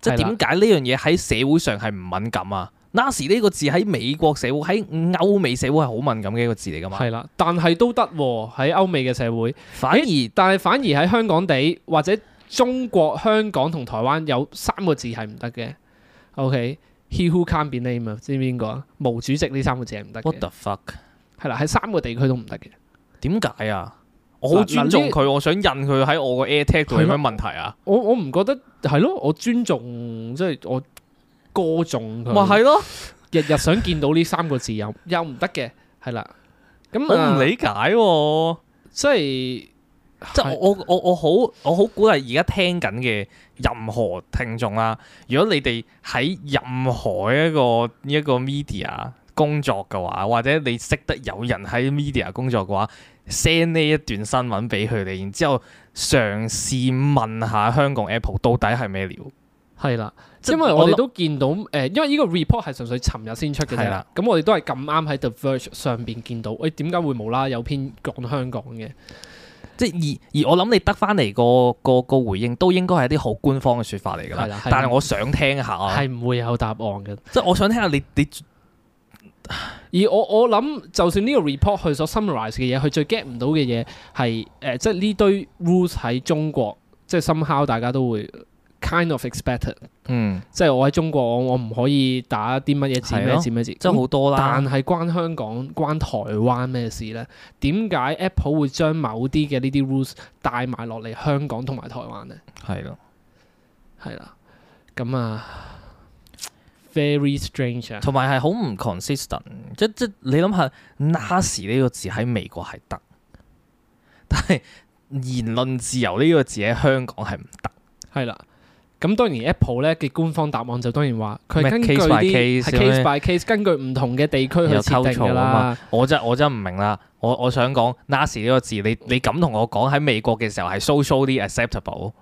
Speaker 1: 即係
Speaker 2: 係啦
Speaker 1: 點解呢樣嘢喺社會上係唔敏感啊？NAS 呢個字喺美國社會、喺歐美社會係好敏感嘅一個字嚟噶嘛？
Speaker 2: 係啦，但係都得喎喺歐美嘅社會，
Speaker 1: 反而
Speaker 2: 但係反而喺香港地或者中國、香港同台灣有三個字係唔得嘅。OK，he、who can't be named 啊，知唔知邊個啊？毛主席呢三個字係唔得
Speaker 1: what
Speaker 2: 嘅，
Speaker 1: the fuck？
Speaker 2: 係啦，喺三個地區都唔得嘅。
Speaker 1: 點解啊？我好尊重佢，我想印佢喺我個 AirTag 度有咩問題啊？
Speaker 2: 我我唔覺得係咯，我尊重即係我歌頌
Speaker 1: 咪
Speaker 2: 佢。
Speaker 1: 係咯，
Speaker 2: 日日想見到呢三個字又又唔得嘅，係啦。咁
Speaker 1: 我唔
Speaker 2: 啊
Speaker 1: 理解喎。
Speaker 2: 即係
Speaker 1: 即係我我我我好我好鼓勵而家聽緊嘅任何聽眾啦，如果你哋喺任何一個一個 media 工作嘅話，或者你識得有人喺 media 工作嘅話，send 呢一段新聞俾佢哋，然之後嘗試問下香港 Apple 到底係咩料？
Speaker 2: 係啦，
Speaker 1: 即係
Speaker 2: 因為我
Speaker 1: 我
Speaker 2: 哋
Speaker 1: 諗
Speaker 2: 都見到誒、因為呢個 report 係純粹尋日先出嘅
Speaker 1: 係
Speaker 2: 啫
Speaker 1: 啦。
Speaker 2: 咁我哋都係咁啱喺 The Verge 上邊見到，誒點解會無啦啦有篇講香港嘅？
Speaker 1: 即係而而我諗你得翻嚟個個個回應都應該係啲好官方嘅説法嚟㗎
Speaker 2: 係
Speaker 1: 啦
Speaker 2: 啦，係
Speaker 1: 但係我想聽下啊，
Speaker 2: 係唔會有答案嘅。
Speaker 1: 即係我想聽下你你
Speaker 2: 而我我諗，就算呢個 report 佢所 summarize 嘅嘢，佢最 get 唔到嘅嘢係誒，即係呢堆 rules 喺中國，即係 somehow 大家都會 kind of expected。
Speaker 1: 嗯，
Speaker 2: 即係我喺中國，我我唔可以打啲乜嘢字
Speaker 1: 係
Speaker 2: 咩
Speaker 1: 咯
Speaker 2: 字咩字。
Speaker 1: 即係好多啦
Speaker 2: 但。係關香港、關台灣咩事呢？點解 Apple 會將某啲嘅呢啲 rules 帶埋落嚟香港同埋台灣呢？
Speaker 1: 係咯，
Speaker 2: 係啦，咁啊，very strange 啊，
Speaker 1: 同埋係好唔 consistent，即即你諗下 NAS 呢個字喺美國係得，但係言論自由呢個字喺香港係唔得。
Speaker 2: 係啦。咁當然 Apple 咧嘅官方答案就當然話佢係
Speaker 1: 咩
Speaker 2: 根據
Speaker 1: case by
Speaker 2: 啲
Speaker 1: case
Speaker 2: 係
Speaker 1: 咁樣
Speaker 2: case by case，根據唔同嘅地區去
Speaker 1: 有
Speaker 2: 設
Speaker 1: 抽
Speaker 2: 定㗎
Speaker 1: 槽啊
Speaker 2: 啦
Speaker 1: 嘛。我真我真唔明啦，我我想講 NAS 呢個字，你你咁同我講喺美國嘅時候係 socially acceptable，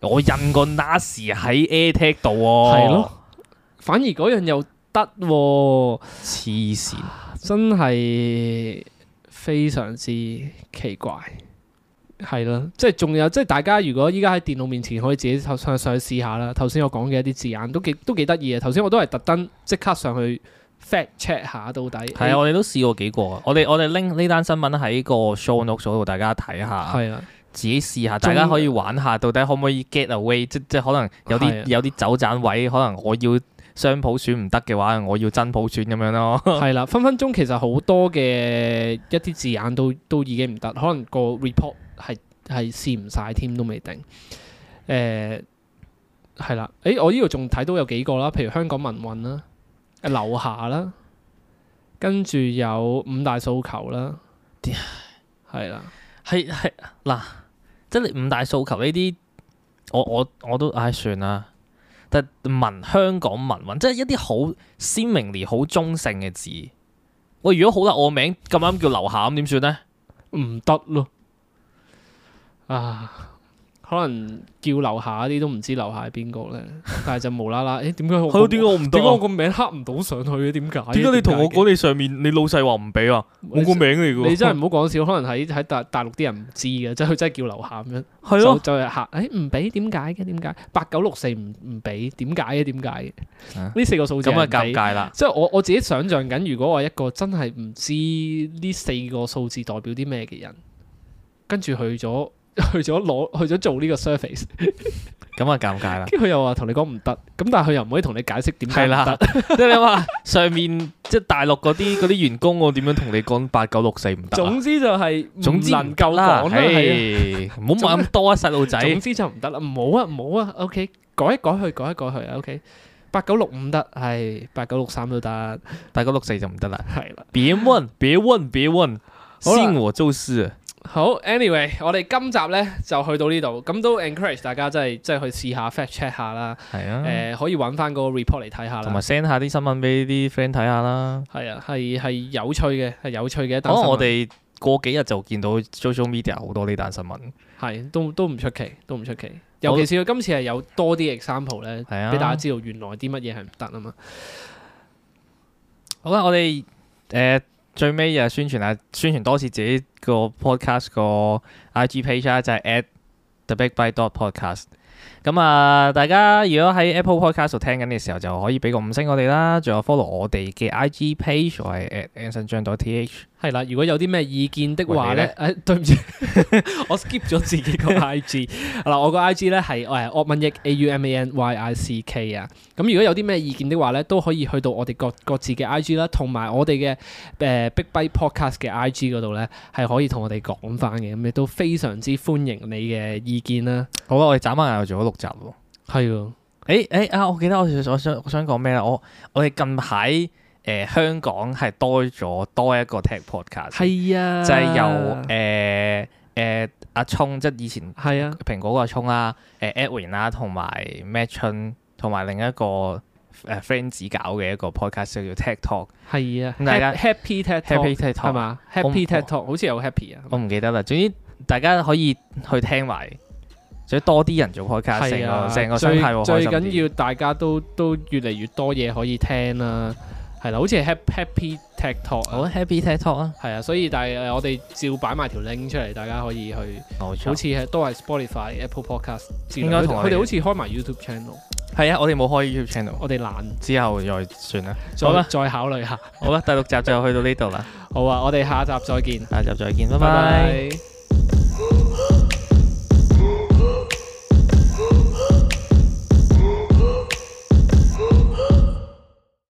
Speaker 1: 我印個 NAS 喺 AirTag 度喎，
Speaker 2: 係咯，反而嗰樣又得喎、
Speaker 1: 黐線。
Speaker 2: 真係非常之奇怪，係啦，即係仲有即係大家如果依家喺電腦面前可以自己上上上去試下啦。頭先我講嘅一啲字眼都幾都幾得意嘅。頭先我都係特登即刻上去 fact check 下到底哎
Speaker 1: 係啊，我哋都試過幾個啊，我哋我哋拎呢單新聞喺個 show notes 度，大家睇下。
Speaker 2: 係啊啦，
Speaker 1: 自己試下，
Speaker 2: 中
Speaker 1: 大家可以玩下，到底可唔可以 get away？即即可能有
Speaker 2: 係啊
Speaker 1: 啲有啲走盞位，可能我要雙普選唔得嘅話，我要真普選咁樣咯。
Speaker 2: 係啦，分分鐘其實好多嘅一啲字眼都都已經唔得，可能個 report 係係試唔晒添都未定。誒係啦，誒我呢度仲睇到有幾個啦，譬如香港民運啦、誒樓下啦，跟住有五大訴求啦
Speaker 1: 啲，
Speaker 2: 係啦，
Speaker 1: 係係嗱，即係你五大訴求呢啲，我我我都唉算啦。但民香港民運，即係一啲好鮮明而好中性嘅字。喂，如果好啦，我名咁啱叫樓下咁點算呢？
Speaker 2: 唔得咯。啊，可可能叫樓下嗰啲都唔知樓下係邊個咧，但係就無啦啦，誒點解我
Speaker 1: 佢點解我唔得
Speaker 2: 點解我
Speaker 1: 啊？
Speaker 2: 個名刻唔到上去嘅？點解？
Speaker 1: 點解你同我
Speaker 2: 嘅
Speaker 1: 講你上面你老細話唔俾啊？我個名嚟㗎喎。
Speaker 2: 你真係唔好講笑，可能喺喺大大陸啲人唔知嘅，即係佢真係叫樓下咁樣，
Speaker 1: 係
Speaker 2: 就
Speaker 1: 咯，
Speaker 2: 就係嚇，誒唔俾點解嘅？點解八九六四唔唔俾？點解嘅？點解嘅？
Speaker 1: 啊
Speaker 2: 呢四個數字
Speaker 1: 咁啊
Speaker 2: 係唔
Speaker 1: 尷
Speaker 2: 俾
Speaker 1: 尬啦。
Speaker 2: 即係我我自己想像緊，如果我係一個真係唔知呢四個數字代表啲咩嘅人，跟住去咗 去咗攞去咗做呢個 service，
Speaker 1: 咁啊尷尬啦。
Speaker 2: 跟住佢又話同你講唔得，咁但係佢又唔可以同你解釋點解
Speaker 1: 係
Speaker 2: 唔
Speaker 1: 啦啊
Speaker 2: 得，，
Speaker 1: 即係你話上面即係大陸嗰啲嗰啲員工，我點樣同你講八九六四唔得啊？
Speaker 2: 總之就係
Speaker 1: 總
Speaker 2: 總
Speaker 1: 之
Speaker 2: 之能夠講啦，係啊
Speaker 1: 唉唔好買咁多啊，細路仔。
Speaker 2: 總之就唔得啦，唔好啊唔好啊，OK，改一改去，改一改去啊，OK，八九六五得，係八九六三都得，
Speaker 1: 大九六四就唔得啦。
Speaker 2: 係啦。
Speaker 1: 別問，別問，別問，
Speaker 2: 好啦
Speaker 1: 信我就是。
Speaker 2: 好，anyway，我哋今集咧就去到呢度，咁都 encourage 大家真係即係去試下 fact check 下啦。
Speaker 1: 係啊
Speaker 2: 誒、。可以揾翻嗰個 report 嚟睇下
Speaker 1: 同埋
Speaker 2: 啦。
Speaker 1: send 下啲新聞俾啲 friend 睇下啦。
Speaker 2: 係啊，係係有趣嘅，係有趣嘅
Speaker 1: 可
Speaker 2: 一單
Speaker 1: 能
Speaker 2: 新聞。
Speaker 1: 哦我哋過幾日就見到 social media 好多呢單新聞。
Speaker 2: 係都都唔出奇，都唔出奇。尤其是佢今次係有多啲 example 咧，
Speaker 1: 係啊，
Speaker 2: 俾大家知道原來啲乜嘢係唔得啊嘛。
Speaker 1: 好啦，我哋誒最尾又宣傳下，宣傳多次自己個 podcast 個 IG page 啦，就係 at the big byte dot podcast。咁啊，大家如果喺 Apple Podcast 度聽緊嘅時候，就可以俾個五星我哋啦。仲有 follow 我哋嘅 IG page，我係 at anson 張 th。
Speaker 2: 係啦，如果有啲咩意見的話咧，誒、對唔住， 我 skip 咗自 己個 IG。嗱，我個 IG 咧係誒 a 文益 A U M A N Y I C K 啊。咁如果有啲咩意見的話咧，都可以去到我哋各各自嘅 IG 啦，同埋我哋嘅誒 Big Byte Podcast 嘅 IG 嗰度咧，係可以同我哋講翻嘅。咁亦都非常之歡迎你嘅意見啦。
Speaker 1: 好啦，我哋眨下眼又做咗六集喎。
Speaker 2: 係喎，
Speaker 1: 誒誒啊！我記得我想我想我想講咩啦？我我哋近排誒、呃香港係多咗多一個 tech podcast，
Speaker 2: 係啊，
Speaker 1: 就係由誒誒阿聰，即係以前
Speaker 2: 係啊，
Speaker 1: 蘋果個阿聰啦，誒 Edwin 啦，同埋 Matt Chun，同埋另一個誒 friend 子搞嘅一個 podcast 叫 Tech Talk
Speaker 2: 係啊
Speaker 1: 咁大家
Speaker 2: Happy Ted
Speaker 1: Happy Tech
Speaker 2: Talk 係
Speaker 1: Talk，
Speaker 2: 嘛
Speaker 1: 我唔
Speaker 2: ？Happy Ted Talk 好似有 Happy 啊。
Speaker 1: 我唔記得啦。總之大家可以去聽埋，所以多啲人做 podcast，成
Speaker 2: 係啊，
Speaker 1: 個成個生態會開
Speaker 2: 最
Speaker 1: 心
Speaker 2: 最
Speaker 1: 啲
Speaker 2: 緊要大家都都越嚟越多嘢可以聽啦，係啦，好似係 Hap- Happy Tech Talk
Speaker 1: 啊好
Speaker 2: 啊，
Speaker 1: Happy Tech Talk 啊，
Speaker 2: 係啊，所以但係呃我哋照擺埋條 link 出嚟，大家可以去，
Speaker 1: 冇
Speaker 2: 好
Speaker 1: 錯
Speaker 2: 似。係都係 Spotify、Apple Podcast 之類，
Speaker 1: 應該
Speaker 2: 佢
Speaker 1: 同
Speaker 2: 哋
Speaker 1: 我
Speaker 2: 佢
Speaker 1: 哋
Speaker 2: 哋好似開埋 YouTube channel，
Speaker 1: 係啊，我哋冇開 YouTube channel，
Speaker 2: 我哋難
Speaker 1: 之後再算啦。好
Speaker 2: 再
Speaker 1: 啦
Speaker 2: 再考慮下。
Speaker 1: 好啦，第六集就去到呢度啦，
Speaker 2: 好啊，我哋下集再見，
Speaker 1: 下集再見，拜拜。
Speaker 2: 拜